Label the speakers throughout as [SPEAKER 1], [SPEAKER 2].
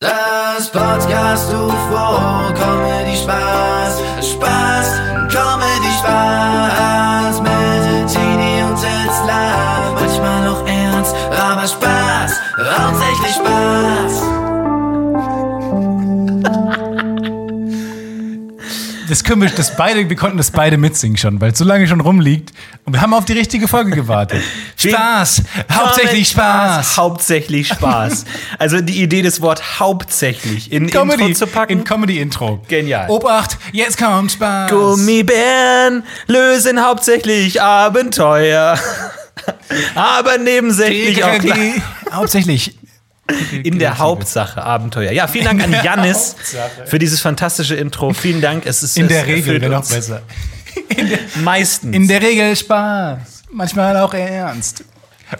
[SPEAKER 1] Das Podcast UFO, Comedy Spaß, Spaß, Comedy Spaß mit Tini und Tetzlaff, manchmal auch ernst, aber Spaß, hauptsächlich Spaß.
[SPEAKER 2] Das können wir, das beide, wir konnten das beide mitsingen schon, weil es so lange schon rumliegt. Und wir haben auf die richtige Folge gewartet. Spaß! Hauptsächlich Spaß!
[SPEAKER 3] Hauptsächlich Spaß. Also die Idee des Wort hauptsächlich in Comedy Intro zu packen.
[SPEAKER 2] in Comedy-Intro.
[SPEAKER 3] Genial.
[SPEAKER 2] Obacht, jetzt kommt Spaß!
[SPEAKER 3] Gummibären lösen hauptsächlich Abenteuer. Aber nebensächlich auch klar.
[SPEAKER 2] Die- Hauptsächlich.
[SPEAKER 3] in der Hauptsache Abenteuer. Ja, vielen Dank an
[SPEAKER 2] der
[SPEAKER 3] Jannis
[SPEAKER 2] Hauptsache.
[SPEAKER 3] für dieses fantastische Intro. Vielen Dank. Es ist
[SPEAKER 2] In
[SPEAKER 3] es
[SPEAKER 2] der Regel
[SPEAKER 3] erfüllt
[SPEAKER 2] wäre noch
[SPEAKER 3] uns
[SPEAKER 2] besser.
[SPEAKER 3] Meistens.
[SPEAKER 2] In der Regel Spaß. Manchmal auch ernst.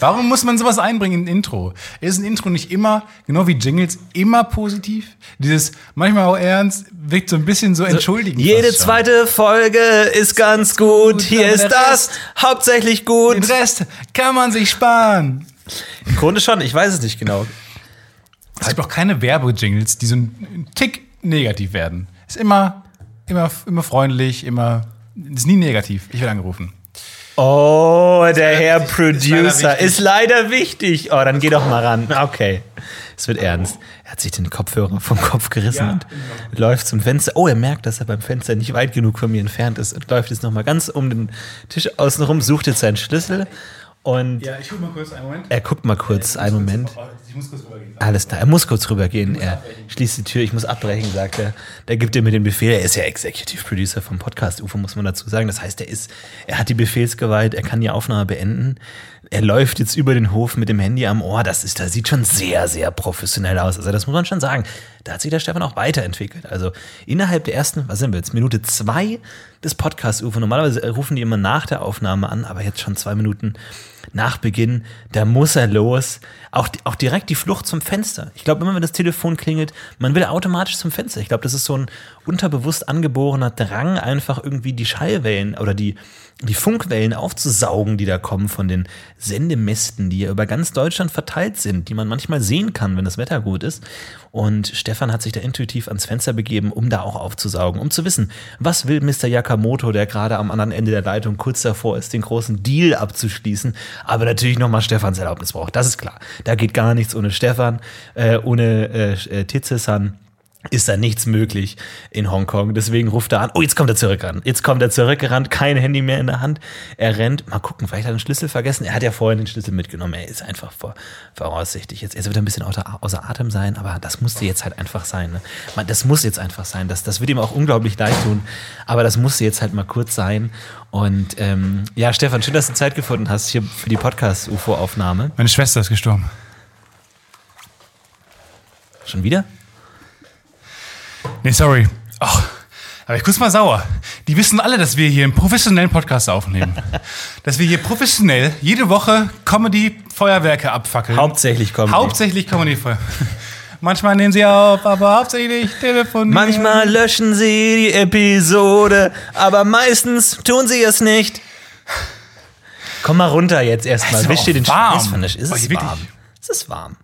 [SPEAKER 2] Warum muss man sowas einbringen in ein Intro? Ist ein Intro nicht immer, genau wie Jingles, immer positiv? Dieses manchmal auch ernst wirkt so ein bisschen so entschuldigend.
[SPEAKER 3] Jede
[SPEAKER 2] fast schon.
[SPEAKER 3] zweite Folge ist ganz gut. Hier
[SPEAKER 2] aber
[SPEAKER 3] ist
[SPEAKER 2] der
[SPEAKER 3] das hauptsächlich gut.
[SPEAKER 2] Den Rest kann man sich sparen.
[SPEAKER 3] Im Grunde schon, ich weiß es nicht genau.
[SPEAKER 2] Es gibt auch keine Werbejingles, die so einen Tick negativ werden. Ist immer, immer, immer freundlich, immer. Ist nie negativ. Ich werde angerufen.
[SPEAKER 3] Oh, der Herr Producer
[SPEAKER 2] leider wichtig.
[SPEAKER 3] ist leider wichtig. Oh, dann geh doch mal ran. Okay. Es wird ernst. Er hat sich den Kopfhörer vom Kopf gerissen
[SPEAKER 2] Ja,
[SPEAKER 3] und läuft zum Fenster. Oh, er merkt, dass er beim Fenster nicht weit genug von mir entfernt ist und läuft jetzt nochmal ganz um den Tisch außenrum, sucht jetzt seinen Schlüssel und
[SPEAKER 2] Ja, ich hole mal kurz einen Moment. Oh,
[SPEAKER 3] er guckt mal kurz einen Moment.
[SPEAKER 2] Ich muss kurz rübergehen.
[SPEAKER 3] Alles klar, er muss kurz rübergehen. Er schließt die Tür, ich muss abbrechen, sagt er. Da gibt er mir den Befehl. Er ist ja Executive Producer vom Podcast UFO, muss man dazu sagen. Das heißt, er ist, er hat die Befehlsgewalt, er kann die Aufnahme beenden. Er läuft jetzt über den Hof mit dem Handy am Ohr. Das ist, das sieht schon sehr, sehr professionell aus. Also, das muss man schon sagen. Da hat sich der Stefan auch weiterentwickelt. Also, innerhalb der ersten, was sind wir jetzt? Minute zwei des Podcast UFO. Normalerweise rufen die immer nach der Aufnahme an, aber jetzt schon zwei Minuten nach Beginn, da muss er los. Auch, auch direkt die Flucht zum Fenster. Ich glaube, immer wenn das Telefon klingelt, man will automatisch zum Fenster. Ich glaube, das ist so ein unterbewusst angeborener Drang, einfach irgendwie die Schallwellen oder die, die Funkwellen aufzusaugen, die da kommen von den Sendemästen, die ja über ganz Deutschland verteilt sind, die man manchmal sehen kann, wenn das Wetter gut ist. Und Stefan hat sich da intuitiv ans Fenster begeben, um da auch aufzusaugen, um zu wissen, was will Mr. Yakamoto, der gerade am anderen Ende der Leitung kurz davor ist, den großen Deal abzuschließen, aber natürlich nochmal Stefans Erlaubnis braucht. Das ist klar. Da geht gar nichts ohne Stefan, äh, ohne äh, äh, Titze-san. Ist da nichts möglich in Hongkong. Deswegen ruft er an. Oh, jetzt kommt er zurückgerannt. Jetzt kommt er zurückgerannt. Kein Handy mehr in der Hand. Er rennt. Mal gucken, vielleicht hat er den Schlüssel vergessen. Er hat ja vorhin den Schlüssel mitgenommen. Er ist einfach vor, voraussichtlich. Jetzt, jetzt wird er ein bisschen außer, außer Atem sein, aber das musste jetzt halt einfach sein. Ne? Man, das muss jetzt einfach sein. Das, das wird ihm auch unglaublich leid tun. Aber das musste jetzt halt mal kurz sein. Und ähm, ja, Stefan, schön, dass du Zeit gefunden hast hier für die Podcast-UFO-Aufnahme.
[SPEAKER 2] Meine Schwester ist gestorben.
[SPEAKER 3] Schon wieder?
[SPEAKER 2] Nee, sorry. Ach, aber ich kurz mal sauer. Die wissen alle, dass wir hier einen professionellen Podcast aufnehmen. dass wir hier professionell jede Woche Comedy-Feuerwerke abfackeln.
[SPEAKER 3] Hauptsächlich kommt.
[SPEAKER 2] Hauptsächlich Comedy-Feuerwerke. Manchmal nehmen sie auf, aber hauptsächlich Telefon.
[SPEAKER 3] Manchmal löschen sie die Episode, aber meistens tun sie es nicht. Komm mal runter jetzt
[SPEAKER 2] Es
[SPEAKER 3] erstmal.
[SPEAKER 2] ist
[SPEAKER 3] Wisch dir
[SPEAKER 2] aber
[SPEAKER 3] den
[SPEAKER 2] auch warm.
[SPEAKER 3] Scheiß von der Sch- Ist
[SPEAKER 2] Oh,
[SPEAKER 3] es
[SPEAKER 2] hier wirklich.
[SPEAKER 3] warm? Es ist warm.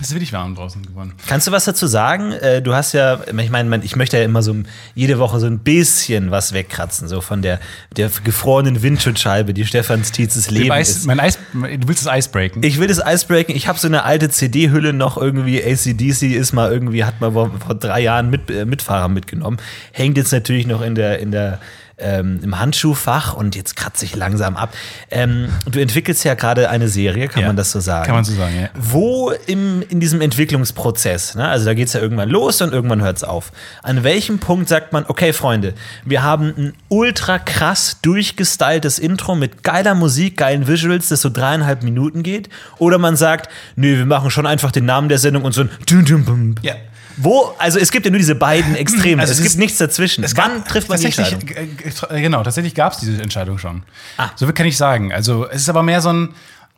[SPEAKER 2] Es ist wirklich warm draußen geworden.
[SPEAKER 3] Kannst du was dazu sagen? Äh, Du hast ja, ich meine, man- ich möchte ja immer so ein- jede Woche so ein bisschen was wegkratzen, so von der, der gefrorenen Windschutzscheibe, die Stefans Tietzes Leben ist.
[SPEAKER 2] Eis, mein Eis, du willst das Eis breaken?
[SPEAKER 3] Ich will das Eis breaken. Ich habe so eine alte CD-Hülle noch irgendwie. ACDC ist mal irgendwie, hat mal vor, vor drei Jahren mit, äh, Mitfahrer mitgenommen. Hängt jetzt natürlich noch in der, in der, ähm, im Handschuhfach und jetzt kratze ich langsam ab. Ähm, du entwickelst ja gerade eine Serie, kann
[SPEAKER 2] Ja.
[SPEAKER 3] man das so sagen?
[SPEAKER 2] Kann man so sagen, ja.
[SPEAKER 3] Wo im, in diesem Entwicklungsprozess, ne? also da geht es ja irgendwann los und irgendwann hört es auf. An welchem Punkt sagt man, okay, Freunde, wir haben ein ultra krass durchgestyltes Intro mit geiler Musik, geilen Visuals, das so dreieinhalb Minuten geht? Oder man sagt, nö, wir machen schon einfach den Namen der Sendung und so ein düm, düm, bum.
[SPEAKER 2] Ja.
[SPEAKER 3] Wo, also es gibt ja nur diese beiden Extreme,
[SPEAKER 2] Also
[SPEAKER 3] es
[SPEAKER 2] es
[SPEAKER 3] gibt
[SPEAKER 2] ist-
[SPEAKER 3] nichts dazwischen. Wann trifft man die Entscheidung? Ah.
[SPEAKER 2] tatsächlich, äh, äh, Genau, tatsächlich gab es diese Entscheidung schon. So kann ich sagen. Also es ist aber mehr so ein,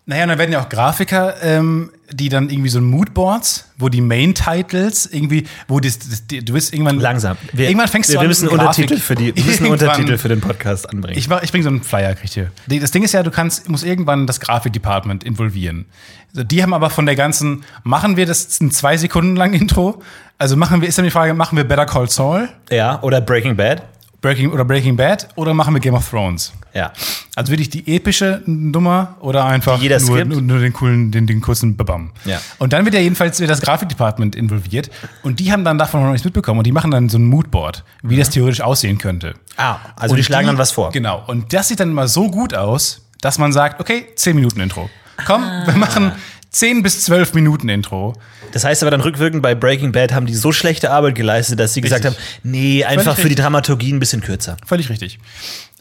[SPEAKER 2] Naja, und dann werden ja auch Grafiker, ähm, die dann irgendwie so Moodboards, wo die Main-Titles irgendwie, wo das, das, die, du bist irgendwann.
[SPEAKER 3] Langsam. Wir,
[SPEAKER 2] irgendwann fängst
[SPEAKER 3] wir,
[SPEAKER 2] du an.
[SPEAKER 3] wir müssen
[SPEAKER 2] mit Grafik.
[SPEAKER 3] Untertitel für die, wir müssen
[SPEAKER 2] Irgendwann-
[SPEAKER 3] Untertitel für den Podcast anbringen.
[SPEAKER 2] Ich, mach, ich bringe so einen Flyer, kriegt ihr. Die- Das Ding ist ja, du kannst, musst irgendwann das Grafikdepartment involvieren. Also die haben aber von der ganzen, machen wir das ein zwei Sekunden lang Intro? Also machen wir, ist dann die Frage, machen wir Better Call Saul,
[SPEAKER 3] ja, oder Breaking Bad.
[SPEAKER 2] Breaking oder Breaking Bad oder machen wir Game of Thrones?
[SPEAKER 3] Ja.
[SPEAKER 2] Also wirklich die epische Nummer oder einfach
[SPEAKER 3] Die jeder
[SPEAKER 2] nur,
[SPEAKER 3] skippt?
[SPEAKER 2] nur, nur den coolen, den, den kurzen Babam.
[SPEAKER 3] Ja.
[SPEAKER 2] Und dann wird ja jedenfalls wieder das Grafikdepartment involviert und die haben dann davon noch nichts mitbekommen und die machen dann so ein Moodboard, wie das theoretisch aussehen könnte.
[SPEAKER 3] Ah, Mhm. also
[SPEAKER 2] Und
[SPEAKER 3] die schlagen dann was vor.
[SPEAKER 2] Genau. Und das sieht dann immer so gut aus, dass man sagt, okay, 10 Minuten Intro. Komm, wir machen 10 bis 12 Minuten Intro.
[SPEAKER 3] Das heißt aber dann rückwirkend bei Breaking Bad haben die so schlechte Arbeit geleistet, dass sie gesagt haben,
[SPEAKER 2] Richtig.
[SPEAKER 3] nee, einfach für die
[SPEAKER 2] richtig.
[SPEAKER 3] Dramaturgie ein bisschen kürzer.
[SPEAKER 2] Völlig richtig.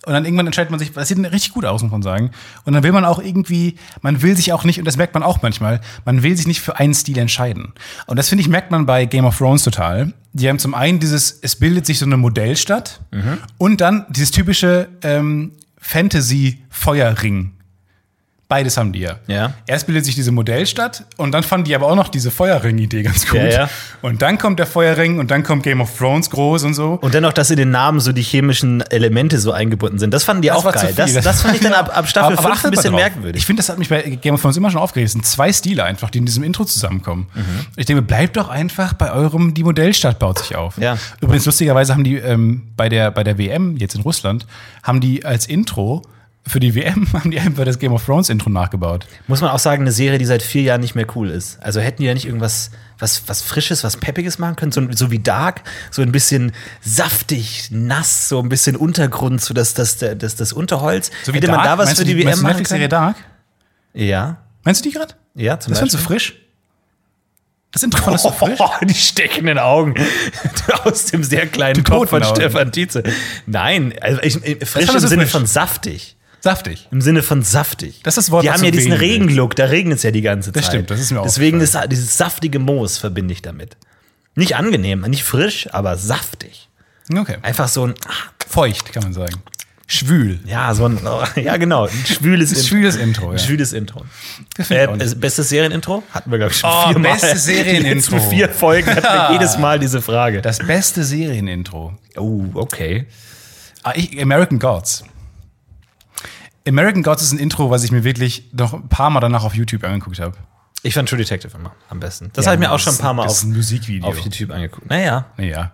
[SPEAKER 2] Und dann irgendwann entscheidet man sich, das sieht richtig gut aus, muss man sagen. Und dann will man auch irgendwie, man will sich auch nicht, und das merkt man auch manchmal, man will sich nicht für einen Stil entscheiden. Und das finde ich, merkt man bei Game of Thrones total. Die haben zum einen dieses, es bildet sich so eine Modellstadt
[SPEAKER 3] Mhm.
[SPEAKER 2] und dann dieses typische ähm, Fantasy-Feuerring. Beides haben die ja.
[SPEAKER 3] Ja.
[SPEAKER 2] Erst bildet sich diese Modellstadt und dann fanden die aber auch noch diese Feuerring-Idee ganz gut.
[SPEAKER 3] Ja, ja.
[SPEAKER 2] Und dann kommt der Feuerring und dann kommt Game of Thrones groß und so.
[SPEAKER 3] Und dennoch, dass in den Namen so die chemischen Elemente so eingebunden sind, das fanden die
[SPEAKER 2] Das
[SPEAKER 3] auch
[SPEAKER 2] war zu
[SPEAKER 3] geil.
[SPEAKER 2] viel.
[SPEAKER 3] Das, das fand ich dann ab, ab Staffel
[SPEAKER 2] Aber- aber
[SPEAKER 3] 5 ein
[SPEAKER 2] achtet mal
[SPEAKER 3] bisschen
[SPEAKER 2] drauf.
[SPEAKER 3] merkwürdig.
[SPEAKER 2] Ich finde, das hat mich bei Game of Thrones immer schon aufgeregt. Es sind zwei Stile einfach, die in diesem Intro zusammenkommen.
[SPEAKER 3] Mhm.
[SPEAKER 2] Ich denke, bleibt doch einfach bei eurem, die Modellstadt baut sich auf.
[SPEAKER 3] Ja.
[SPEAKER 2] Übrigens, lustigerweise haben die ähm, bei, der, bei der WM, jetzt in Russland, haben die als Intro für die WM, haben die einfach das Game of Thrones Intro nachgebaut.
[SPEAKER 3] Muss man auch sagen, eine Serie, die seit vier Jahren nicht mehr cool ist. Also hätten die ja nicht irgendwas was, was Frisches, was Peppiges machen können, so, so wie Dark, so ein bisschen saftig, nass, so ein bisschen Untergrund, so das, das, das, das Unterholz. hätte man da was
[SPEAKER 2] Meinst
[SPEAKER 3] für
[SPEAKER 2] du
[SPEAKER 3] die,
[SPEAKER 2] meinst
[SPEAKER 3] WM
[SPEAKER 2] du
[SPEAKER 3] machen
[SPEAKER 2] Netflix-Serie
[SPEAKER 3] können?
[SPEAKER 2] Dark?
[SPEAKER 3] Ja,
[SPEAKER 2] Meinst du die gerade?
[SPEAKER 3] ja, zum
[SPEAKER 2] Das fandst du
[SPEAKER 3] Beispiel.
[SPEAKER 2] frisch? Das Intro fandest du frisch?
[SPEAKER 3] Oh, die stechenden Augen aus dem sehr kleinen Kopf
[SPEAKER 2] toten
[SPEAKER 3] von
[SPEAKER 2] Augen.
[SPEAKER 3] Stefan Tietze. Nein, also ich, ich- frisch im
[SPEAKER 2] fandest du
[SPEAKER 3] Sinne
[SPEAKER 2] frisch?
[SPEAKER 3] von saftig.
[SPEAKER 2] Saftig.
[SPEAKER 3] Im Sinne von saftig.
[SPEAKER 2] Das ist das Wort,
[SPEAKER 3] Die
[SPEAKER 2] was
[SPEAKER 3] haben ja
[SPEAKER 2] du
[SPEAKER 3] diesen
[SPEAKER 2] wählen willst.
[SPEAKER 3] Regenlook, da regnet es ja die ganze Zeit.
[SPEAKER 2] Das stimmt, das ist mir
[SPEAKER 3] Deswegen ist dieses saftige Moos verbinde ich damit. Nicht angenehm, nicht frisch, aber saftig.
[SPEAKER 2] Okay.
[SPEAKER 3] Einfach so ein, ah,
[SPEAKER 2] Feucht, kann man sagen. Schwül.
[SPEAKER 3] ja, so ein, oh, ja genau, ein schwüles
[SPEAKER 2] Ein
[SPEAKER 3] Intro.
[SPEAKER 2] schwüles Intro,
[SPEAKER 3] Ein
[SPEAKER 2] ja.
[SPEAKER 3] schwüles Intro.
[SPEAKER 2] Das find ich
[SPEAKER 3] Äh,
[SPEAKER 2] auch nicht.
[SPEAKER 3] bestes Serienintro? Hatten wir, glaube ich, schon
[SPEAKER 2] Oh,
[SPEAKER 3] viermal.
[SPEAKER 2] bestes
[SPEAKER 3] Die letzten
[SPEAKER 2] Serienintro.
[SPEAKER 3] vier Folgen hatten wir jedes Mal diese Frage.
[SPEAKER 2] Das beste Serienintro.
[SPEAKER 3] oh, okay.
[SPEAKER 2] Ah, ich, American Gods. American Gods ist ein Intro, was ich mir wirklich noch ein paar Mal danach auf YouTube angeguckt habe.
[SPEAKER 3] Ich fand True Detective immer am besten. Das habe ich mir auch schon ein paar Mal
[SPEAKER 2] das
[SPEAKER 3] auf,
[SPEAKER 2] ist ein Musikvideo.
[SPEAKER 3] auf YouTube angeguckt. Naja,
[SPEAKER 2] Ja.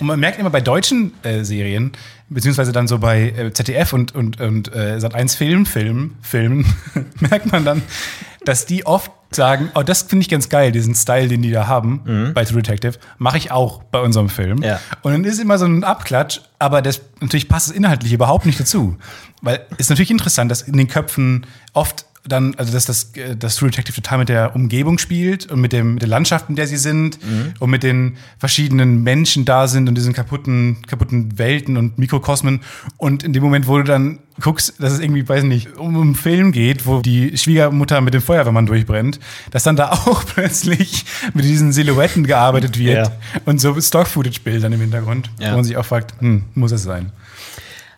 [SPEAKER 2] Und man merkt immer bei deutschen äh, Serien, beziehungsweise dann so bei äh, ZDF und, und, und äh, Sat1 Film, Film, Filmen, merkt man dann, dass die oft sagen, oh, das finde ich ganz geil, diesen Style, den die da haben bei True Detective, mache ich auch bei unserem Film.
[SPEAKER 3] Ja.
[SPEAKER 2] Und dann ist immer so ein Abklatsch, aber das natürlich passt es inhaltlich überhaupt nicht dazu. Weil ist natürlich interessant, dass in den Köpfen oft dann, also dass das, äh, das True Detective total mit der Umgebung spielt und mit, dem, mit der Landschaft, in der sie sind und mit den verschiedenen Menschen da sind und diesen kaputten, kaputten Welten und Mikrokosmen. Und in dem Moment, wo du dann guckst, dass es irgendwie, weiß nicht, um einen Film geht, wo die Schwiegermutter mit dem Feuerwehrmann durchbrennt, dass dann da auch plötzlich mit diesen Silhouetten gearbeitet wird.
[SPEAKER 3] Ja.
[SPEAKER 2] Und so Stock-Footage-Bildern im Hintergrund,
[SPEAKER 3] Ja.
[SPEAKER 2] wo man sich auch fragt, hm, muss es sein?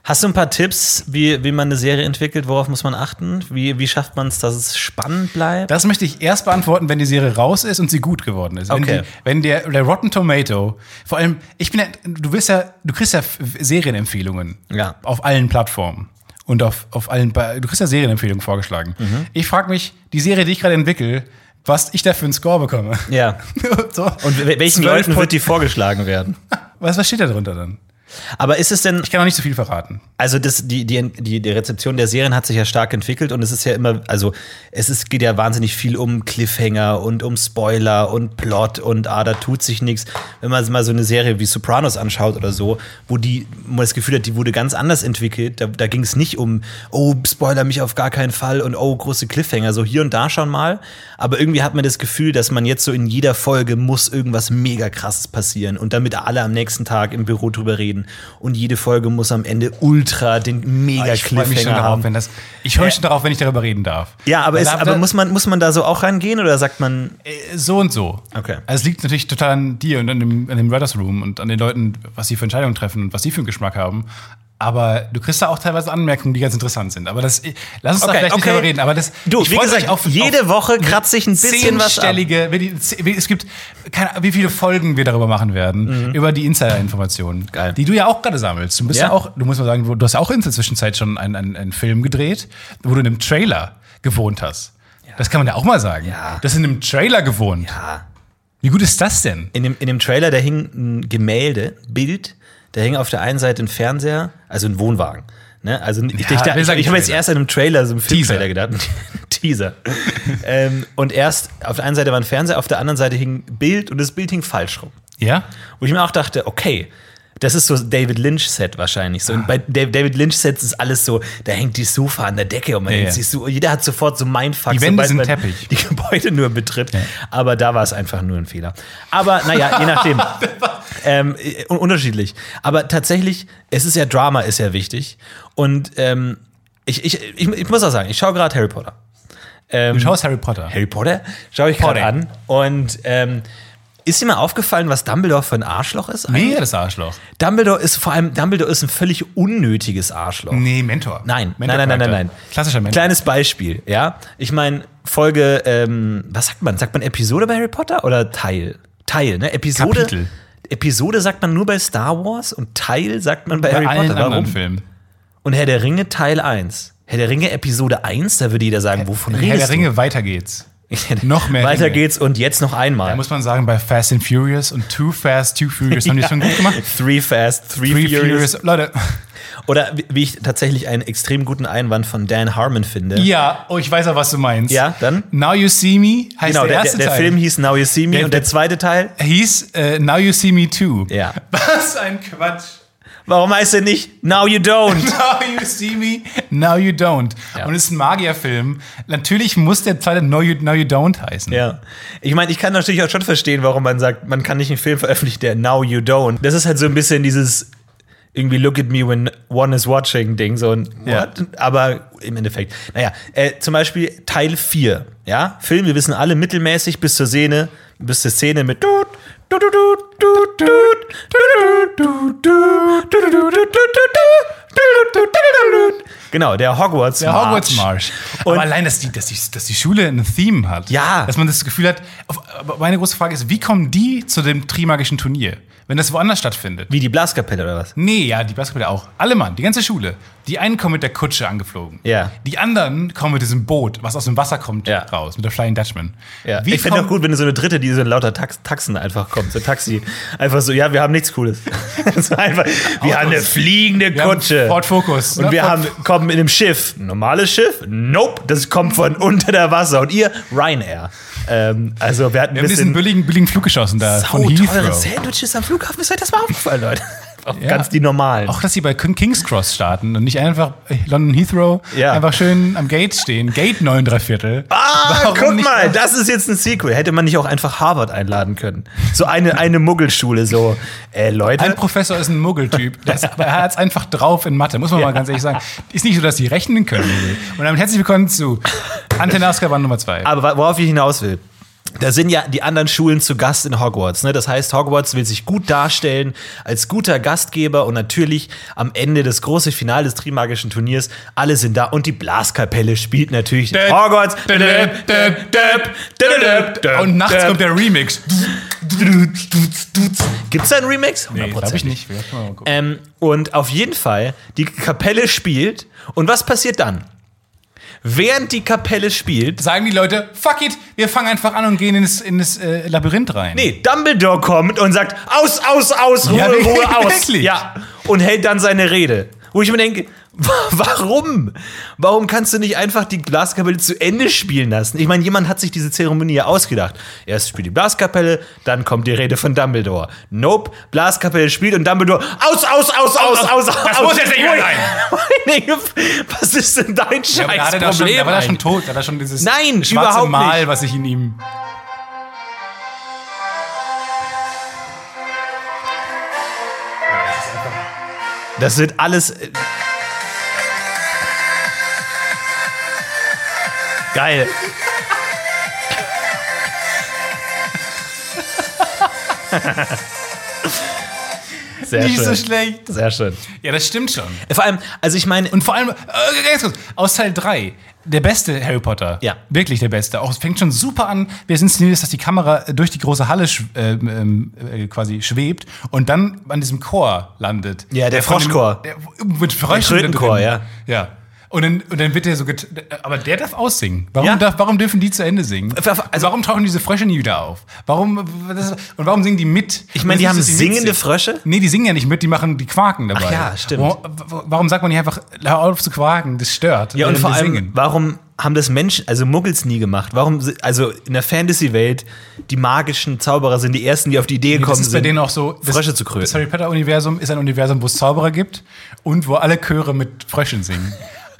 [SPEAKER 3] Hast du ein paar Tipps, wie, wie man eine Serie entwickelt? Worauf muss man achten? Wie, wie schafft man es, dass es spannend bleibt?
[SPEAKER 2] Das möchte ich erst beantworten, wenn die Serie raus ist und sie gut geworden ist.
[SPEAKER 3] Okay.
[SPEAKER 2] Wenn, die, wenn der, der Rotten Tomato, vor allem, ich bin ja, du wirst ja, du kriegst ja F- Serienempfehlungen
[SPEAKER 3] Ja.
[SPEAKER 2] auf allen Plattformen. Und auf, auf allen, Ba- du kriegst ja Serienempfehlungen vorgeschlagen.
[SPEAKER 3] Mhm.
[SPEAKER 2] Ich frage mich, die Serie, die ich gerade entwickle, was ich da für einen Score bekomme.
[SPEAKER 3] ja.
[SPEAKER 2] so,
[SPEAKER 3] Und wel- welchen
[SPEAKER 2] 12
[SPEAKER 3] Leuten
[SPEAKER 2] Pro-
[SPEAKER 3] wird die vorgeschlagen werden?
[SPEAKER 2] was, was steht da drunter dann?
[SPEAKER 3] Aber ist es denn,
[SPEAKER 2] Ich kann auch nicht so viel verraten.
[SPEAKER 3] also das, die, die, die, die Rezeption der Serien hat sich ja stark entwickelt und es ist ja immer, also es ist, geht ja wahnsinnig viel um Cliffhanger und um Spoiler und Plot und ah, da tut sich nichts. Wenn man mal so eine Serie wie Sopranos anschaut oder so, wo die wo man das Gefühl hat, die wurde ganz anders entwickelt, da, da ging es nicht um, oh, spoiler mich auf gar keinen Fall und oh, große Cliffhanger, so hier und da schon mal. Aber irgendwie hat man das Gefühl, dass man jetzt so in jeder Folge muss irgendwas mega krasses passieren und damit alle am nächsten Tag im Büro drüber reden. Und jede Folge muss am Ende ultra den mega
[SPEAKER 2] Ah, ich freue mich schon
[SPEAKER 3] Cliffhanger
[SPEAKER 2] darauf,
[SPEAKER 3] haben.
[SPEAKER 2] wenn das. Ich freue mich schon darauf, wenn ich darüber reden darf.
[SPEAKER 3] Ja, aber, ist,
[SPEAKER 2] da-
[SPEAKER 3] aber
[SPEAKER 2] da-
[SPEAKER 3] muss, man, muss man da so auch rangehen oder sagt man,
[SPEAKER 2] so und so.
[SPEAKER 3] Okay.
[SPEAKER 2] Also es liegt natürlich total an dir und an dem, an dem Writers Room und an den Leuten, was sie für Entscheidungen treffen und was sie für einen Geschmack haben. Aber du kriegst da auch teilweise Anmerkungen, die ganz interessant sind. Aber das, lass uns da
[SPEAKER 3] Okay,
[SPEAKER 2] vielleicht nicht
[SPEAKER 3] okay.
[SPEAKER 2] drüber reden. Aber das,
[SPEAKER 3] Du,
[SPEAKER 2] ich
[SPEAKER 3] wie
[SPEAKER 2] freue mich
[SPEAKER 3] gesagt, jede Woche kratze ich ein bisschen was ab.
[SPEAKER 2] zehnstellige, wenn die- zeh- wie- es gibt keine, Ahnung, wie viele Folgen wir darüber machen werden, über die Insider-Informationen,
[SPEAKER 3] Mhm. Geil.
[SPEAKER 2] die du ja auch gerade sammelst. Du bist ja.
[SPEAKER 3] Ja.
[SPEAKER 2] auch, du musst mal sagen, du du hast ja auch in der Zwischenzeit schon einen, einen, einen Film gedreht, wo du in einem Trailer gewohnt hast. Das kann man ja auch mal sagen.
[SPEAKER 3] Ja.
[SPEAKER 2] Du hast in einem Trailer gewohnt.
[SPEAKER 3] Ja.
[SPEAKER 2] Wie gut ist das denn?
[SPEAKER 3] In dem, in dem Trailer, da hing ein Gemälde, Bild, da hing auf der einen Seite ein Fernseher, also ein Wohnwagen. Ne? Also ich,
[SPEAKER 2] Ja,
[SPEAKER 3] dachte,
[SPEAKER 2] wir
[SPEAKER 3] ich,
[SPEAKER 2] sagen
[SPEAKER 3] ich habe jetzt
[SPEAKER 2] Trailer.
[SPEAKER 3] erst an einem Trailer, so einem
[SPEAKER 2] Teaser.
[SPEAKER 3] Filmtrailer gedacht. Teaser. ähm, und erst auf der einen Seite war ein Fernseher, auf der anderen Seite hing ein Bild und das Bild hing falsch rum.
[SPEAKER 2] Ja?
[SPEAKER 3] Wo ich mir auch dachte, okay, das ist so David Lynch-Set wahrscheinlich. So,
[SPEAKER 2] Ah.
[SPEAKER 3] und bei Da- David Lynch-Sets ist alles so, da hängt die Sofa an der Decke und man
[SPEAKER 2] Ja,
[SPEAKER 3] denkt
[SPEAKER 2] ja.
[SPEAKER 3] sich so, jeder hat sofort so Mindfuck,
[SPEAKER 2] Die Wände
[SPEAKER 3] sobald
[SPEAKER 2] sind
[SPEAKER 3] man
[SPEAKER 2] Teppich.
[SPEAKER 3] die Gebäude nur betritt. Aber da war es einfach nur ein Fehler. Aber naja, je nachdem. ähm, äh, un- unterschiedlich. Aber tatsächlich, es ist ja Drama, ist ja wichtig. Und ähm, ich, ich, ich, ich muss auch sagen, ich schaue gerade Harry Potter. Ähm,
[SPEAKER 2] Du schaust Harry Potter.
[SPEAKER 3] Harry Potter schaue ich gerade
[SPEAKER 2] Potter.
[SPEAKER 3] an. Und ähm, ist dir mal aufgefallen, was Dumbledore für ein Arschloch ist?
[SPEAKER 2] Nee, das Arschloch.
[SPEAKER 3] Dumbledore ist vor allem, Dumbledore ist ein völlig unnötiges Arschloch.
[SPEAKER 2] Nee, Mentor.
[SPEAKER 3] Nein,
[SPEAKER 2] Mentor
[SPEAKER 3] nein, nein, nein, nein, nein.
[SPEAKER 2] Klassischer Mentor.
[SPEAKER 3] Kleines Beispiel, ja. Ich meine, Folge, ähm, was sagt man? Sagt man Episode bei Harry Potter oder Teil? Teil, ne? Episode.
[SPEAKER 2] Kapitel.
[SPEAKER 3] Episode sagt man nur bei Star Wars und Teil sagt man bei,
[SPEAKER 2] Bei
[SPEAKER 3] Harry
[SPEAKER 2] allen
[SPEAKER 3] Potter.
[SPEAKER 2] anderen
[SPEAKER 3] Warum?
[SPEAKER 2] Filmen.
[SPEAKER 3] Und Herr der Ringe Teil 1. Herr der Ringe Episode 1, da würde jeder sagen, wovon
[SPEAKER 2] In Herr der
[SPEAKER 3] redest du?
[SPEAKER 2] Ringe, weiter geht's. Noch mehr
[SPEAKER 3] Weiter
[SPEAKER 2] Ringe.
[SPEAKER 3] geht's und jetzt noch
[SPEAKER 2] Da
[SPEAKER 3] einmal.
[SPEAKER 2] muss man sagen, bei Fast and Furious und Too Fast, Too Furious haben die es schon gut gemacht.
[SPEAKER 3] Three Fast, Three,
[SPEAKER 2] Three
[SPEAKER 3] Furious.
[SPEAKER 2] Furious. Leute,
[SPEAKER 3] Oder wie- wie ich tatsächlich einen extrem guten Einwand von Dan Harmon finde.
[SPEAKER 2] ja, oh, ich weiß auch, was du meinst.
[SPEAKER 3] Ja, dann?
[SPEAKER 2] Now You See Me heißt
[SPEAKER 3] Genau,
[SPEAKER 2] der
[SPEAKER 3] der, der,
[SPEAKER 2] erste
[SPEAKER 3] der
[SPEAKER 2] Teil.
[SPEAKER 3] Film hieß Now You See Me
[SPEAKER 2] Der-
[SPEAKER 3] und der zweite Teil,
[SPEAKER 2] hieß äh, Now You See Me Too.
[SPEAKER 3] Ja.
[SPEAKER 2] Was ein Quatsch.
[SPEAKER 3] warum heißt er nicht Now You Don't?
[SPEAKER 2] Now You See Me, Now You Don't.
[SPEAKER 3] Ja.
[SPEAKER 2] Und es ist ein Magierfilm. Natürlich muss der zweite Now You, Now you Don't heißen.
[SPEAKER 3] Ja. Ich meine, ich kann natürlich auch schon verstehen, warum man sagt, man kann nicht einen Film veröffentlichen, der Now You Don't. Das ist halt so ein bisschen dieses irgendwie Look at me when one is watching Ding, so ein
[SPEAKER 2] Ja.
[SPEAKER 3] What? Aber im Endeffekt. Naja, äh, zum Beispiel Teil 4. Ja, Film, wir wissen alle mittelmäßig bis zur Szene, bis zur Szene mit Tut, tut, tut, tut, tut, tut, tut, tut, tut, tut, tut, tut, tut, tut, tut, tut, tut. Genau, der Hogwarts
[SPEAKER 2] Der Hogwarts Marsch.
[SPEAKER 3] Und-
[SPEAKER 2] aber allein, dass die, dass, die, dass die Schule ein Theme hat.
[SPEAKER 3] Ja.
[SPEAKER 2] Dass man das Gefühl hat. Auf, aber meine große Frage ist, wie kommen die zu dem Trimagischen Turnier, wenn das woanders stattfindet?
[SPEAKER 3] Wie die Blaskapelle oder was?
[SPEAKER 2] Nee, ja, die Basketballer auch. Alle Mann, die ganze Schule. Die einen kommen mit der Kutsche angeflogen.
[SPEAKER 3] Ja.
[SPEAKER 2] Die anderen kommen mit diesem Boot, was aus dem Wasser kommt,
[SPEAKER 3] Ja.
[SPEAKER 2] raus, mit der Flying Dutchman.
[SPEAKER 3] Ja.
[SPEAKER 2] Wie
[SPEAKER 3] ich finde auch
[SPEAKER 2] kommen-
[SPEAKER 3] gut, wenn du so eine dritte, die so in lauter Tax Taxen einfach kommt, so Taxi. Einfach so, ja, wir haben nichts Cooles. so einfach, wir haben eine fliegende
[SPEAKER 2] Wir haben
[SPEAKER 3] Kutsche.
[SPEAKER 2] Ford Focus.
[SPEAKER 3] Und
[SPEAKER 2] ne?
[SPEAKER 3] wir
[SPEAKER 2] Ford-
[SPEAKER 3] haben, kommen in einem Schiff. Ein Normales Schiff? Nope, das kommt von unter der Wasser. Und ihr? Ryanair. Ähm, also wir hatten
[SPEAKER 2] Wir
[SPEAKER 3] ein
[SPEAKER 2] haben diesen
[SPEAKER 3] bisschen
[SPEAKER 2] billigen, billigen Flug geschossen da von
[SPEAKER 3] teure
[SPEAKER 2] Heathrow.
[SPEAKER 3] Sandwiches am Flughafen. Ist euch das mal aufgefallen, Leute? Auch Ganz die normalen.
[SPEAKER 2] Auch, dass sie bei King's Cross starten und nicht einfach äh, London Heathrow
[SPEAKER 3] Ja.
[SPEAKER 2] einfach schön am Gate stehen. Gate 9 3 Viertel.
[SPEAKER 3] Ah,
[SPEAKER 2] Warum
[SPEAKER 3] guck
[SPEAKER 2] nicht
[SPEAKER 3] mal,
[SPEAKER 2] das?
[SPEAKER 3] das ist jetzt ein Sequel. Hätte man nicht auch einfach Harvard einladen können? So eine, eine Muggelschule, so, äh, Leute.
[SPEAKER 2] Ein Professor ist ein Muggeltyp, das, aber er hat es einfach drauf in Mathe, muss man mal ganz ehrlich sagen. Ist nicht so, dass die rechnen können. Und damit herzlich willkommen zu Antenne Azkaban Nummer 2.
[SPEAKER 3] Aber wa- worauf ich hinaus will, da sind ja die anderen Schulen zu Gast in Hogwarts. Ne? Das heißt, Hogwarts will sich gut darstellen als guter Gastgeber und natürlich am Ende das große Finale des Trimagischen Turniers, alle sind da und die Blaskapelle spielt natürlich
[SPEAKER 2] Döp,
[SPEAKER 3] Hogwarts.
[SPEAKER 2] döp, döp, döp, döp, döp, döp. Und nachts kommt der Remix.
[SPEAKER 3] Gibt es da einen Remix?
[SPEAKER 2] Nee, glaub ich nicht.
[SPEAKER 3] Ähm, und auf jeden Fall, die Kapelle spielt. Und was passiert dann? Während die Kapelle spielt,
[SPEAKER 2] Sagen die Leute, fuck it, wir fangen einfach an und gehen in das, in das äh, Labyrinth rein.
[SPEAKER 3] Nee, Dumbledore kommt und sagt, aus, aus, aus, Ruhe,
[SPEAKER 2] Ja, wirklich,
[SPEAKER 3] Ruhe, aus.
[SPEAKER 2] wirklich.
[SPEAKER 3] Ja. Und hält dann seine Rede. Wo ich mir denke, wa- warum? Warum kannst du nicht einfach die Blaskapelle zu Ende spielen lassen? Ich meine, jemand hat sich diese Zeremonie ja ausgedacht. Erst spielt die Blaskapelle, dann kommt die Rede von Dumbledore. Nope, Blaskapelle spielt und Dumbledore aus, aus, aus, aus, aus, aus.
[SPEAKER 2] das muss jetzt nicht mehr
[SPEAKER 3] Ui.
[SPEAKER 2] sein.
[SPEAKER 3] Meine Güte, Was ist denn dein
[SPEAKER 2] Ja, aber da, hat er
[SPEAKER 3] Scheißproblem?
[SPEAKER 2] doch schon, da war er schon
[SPEAKER 3] eigentlich?
[SPEAKER 2] tot, da hat er schon dieses
[SPEAKER 3] Nein,
[SPEAKER 2] schwarze
[SPEAKER 3] überhaupt nicht.
[SPEAKER 2] Mal, was ich in ihm.
[SPEAKER 3] Das wird alles. äh, Geil. Sehr
[SPEAKER 2] Nicht
[SPEAKER 3] schön.
[SPEAKER 2] so schlecht.
[SPEAKER 3] Sehr schön.
[SPEAKER 2] Ja, das stimmt schon.
[SPEAKER 3] Vor allem, also ich meine,
[SPEAKER 2] Und vor allem, äh, ganz kurz, aus Teil 3, der beste Harry Potter.
[SPEAKER 3] Ja.
[SPEAKER 2] Wirklich der beste. Auch es fängt schon super an, wie es inszeniert ist, dass die Kamera äh, durch die große Halle sch ähm, ähm, äh, quasi schwebt und dann an diesem Chor landet.
[SPEAKER 3] Ja, der
[SPEAKER 2] von dem-
[SPEAKER 3] Froschchor.
[SPEAKER 2] Der, mit Fröschen
[SPEAKER 3] Der Krötenchor,
[SPEAKER 2] drin.
[SPEAKER 3] ja.
[SPEAKER 2] Ja. Und dann, und dann wird der so get Aber der darf aussingen. Warum,
[SPEAKER 3] Ja.
[SPEAKER 2] darf, warum dürfen die zu Ende singen?
[SPEAKER 3] Ver- ver- also-
[SPEAKER 2] warum tauchen diese Frösche nie wieder auf? Warum, das, und warum singen die mit?
[SPEAKER 3] Ich meine, die
[SPEAKER 2] Das
[SPEAKER 3] haben
[SPEAKER 2] ist, dass die
[SPEAKER 3] singende
[SPEAKER 2] mitsingen.
[SPEAKER 3] Frösche?
[SPEAKER 2] Nee, die singen ja nicht mit, die machen, die quaken dabei.
[SPEAKER 3] Ach ja, stimmt.
[SPEAKER 2] Warum, w- warum sagt man nicht einfach, hör auf zu quaken, das stört.
[SPEAKER 3] Ja, und
[SPEAKER 2] Wenn
[SPEAKER 3] vor
[SPEAKER 2] wir
[SPEAKER 3] allem,
[SPEAKER 2] singen.
[SPEAKER 3] warum haben das Menschen, also Muggels nie gemacht? Warum, si- also in der Fantasy-Welt, die magischen Zauberer sind die ersten, die auf die Idee
[SPEAKER 2] Das
[SPEAKER 3] gekommen
[SPEAKER 2] ist bei
[SPEAKER 3] sind.
[SPEAKER 2] denen auch so. Das,
[SPEAKER 3] Frösche zu kröten.
[SPEAKER 2] Das Harry Potter-Universum ist ein Universum, wo es Zauberer gibt und wo alle Chöre mit Fröschen singen.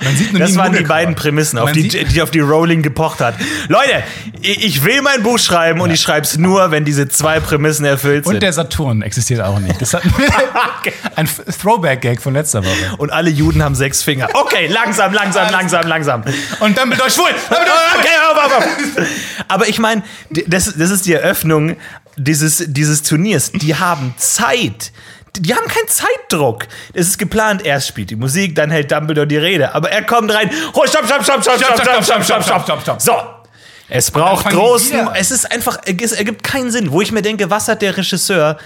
[SPEAKER 2] Man sieht nur nie
[SPEAKER 3] das
[SPEAKER 2] einen
[SPEAKER 3] waren die
[SPEAKER 2] Muggelchor.
[SPEAKER 3] beiden Prämissen, auf
[SPEAKER 2] Man
[SPEAKER 3] die,
[SPEAKER 2] sieht-
[SPEAKER 3] die auf die Rowling gepocht hat. Leute, ich ich will mein Buch schreiben und ich schreibe es nur, wenn diese zwei Prämissen erfüllt
[SPEAKER 2] Und
[SPEAKER 3] sind.
[SPEAKER 2] der Saturn existiert auch nicht. Das hat ein Throwback-Gag von letzter Woche.
[SPEAKER 3] Und alle Juden haben sechs Finger. Okay, langsam, langsam, langsam, langsam.
[SPEAKER 2] Und Dumbledore ist schwul! Dumbledore ist schwul!
[SPEAKER 3] Okay, auf, auf, auf. Aber ich meine, d- das, das ist die Eröffnung dieses, dieses Turniers. Die haben Zeit. Die haben keinen Zeitdruck. Es ist geplant, erst spielt die Musik, dann hält Dumbledore die Rede. Aber er kommt rein. Oh, stopp, stopp, stopp, stopp, stopp, stopp, stopp, stopp, stopp, stopp, stopp. So. Es braucht
[SPEAKER 2] fangen die
[SPEAKER 3] großen.
[SPEAKER 2] wieder.
[SPEAKER 3] Es ist einfach, es ergibt keinen Sinn. Wo ich mir denke, was hat der Regisseur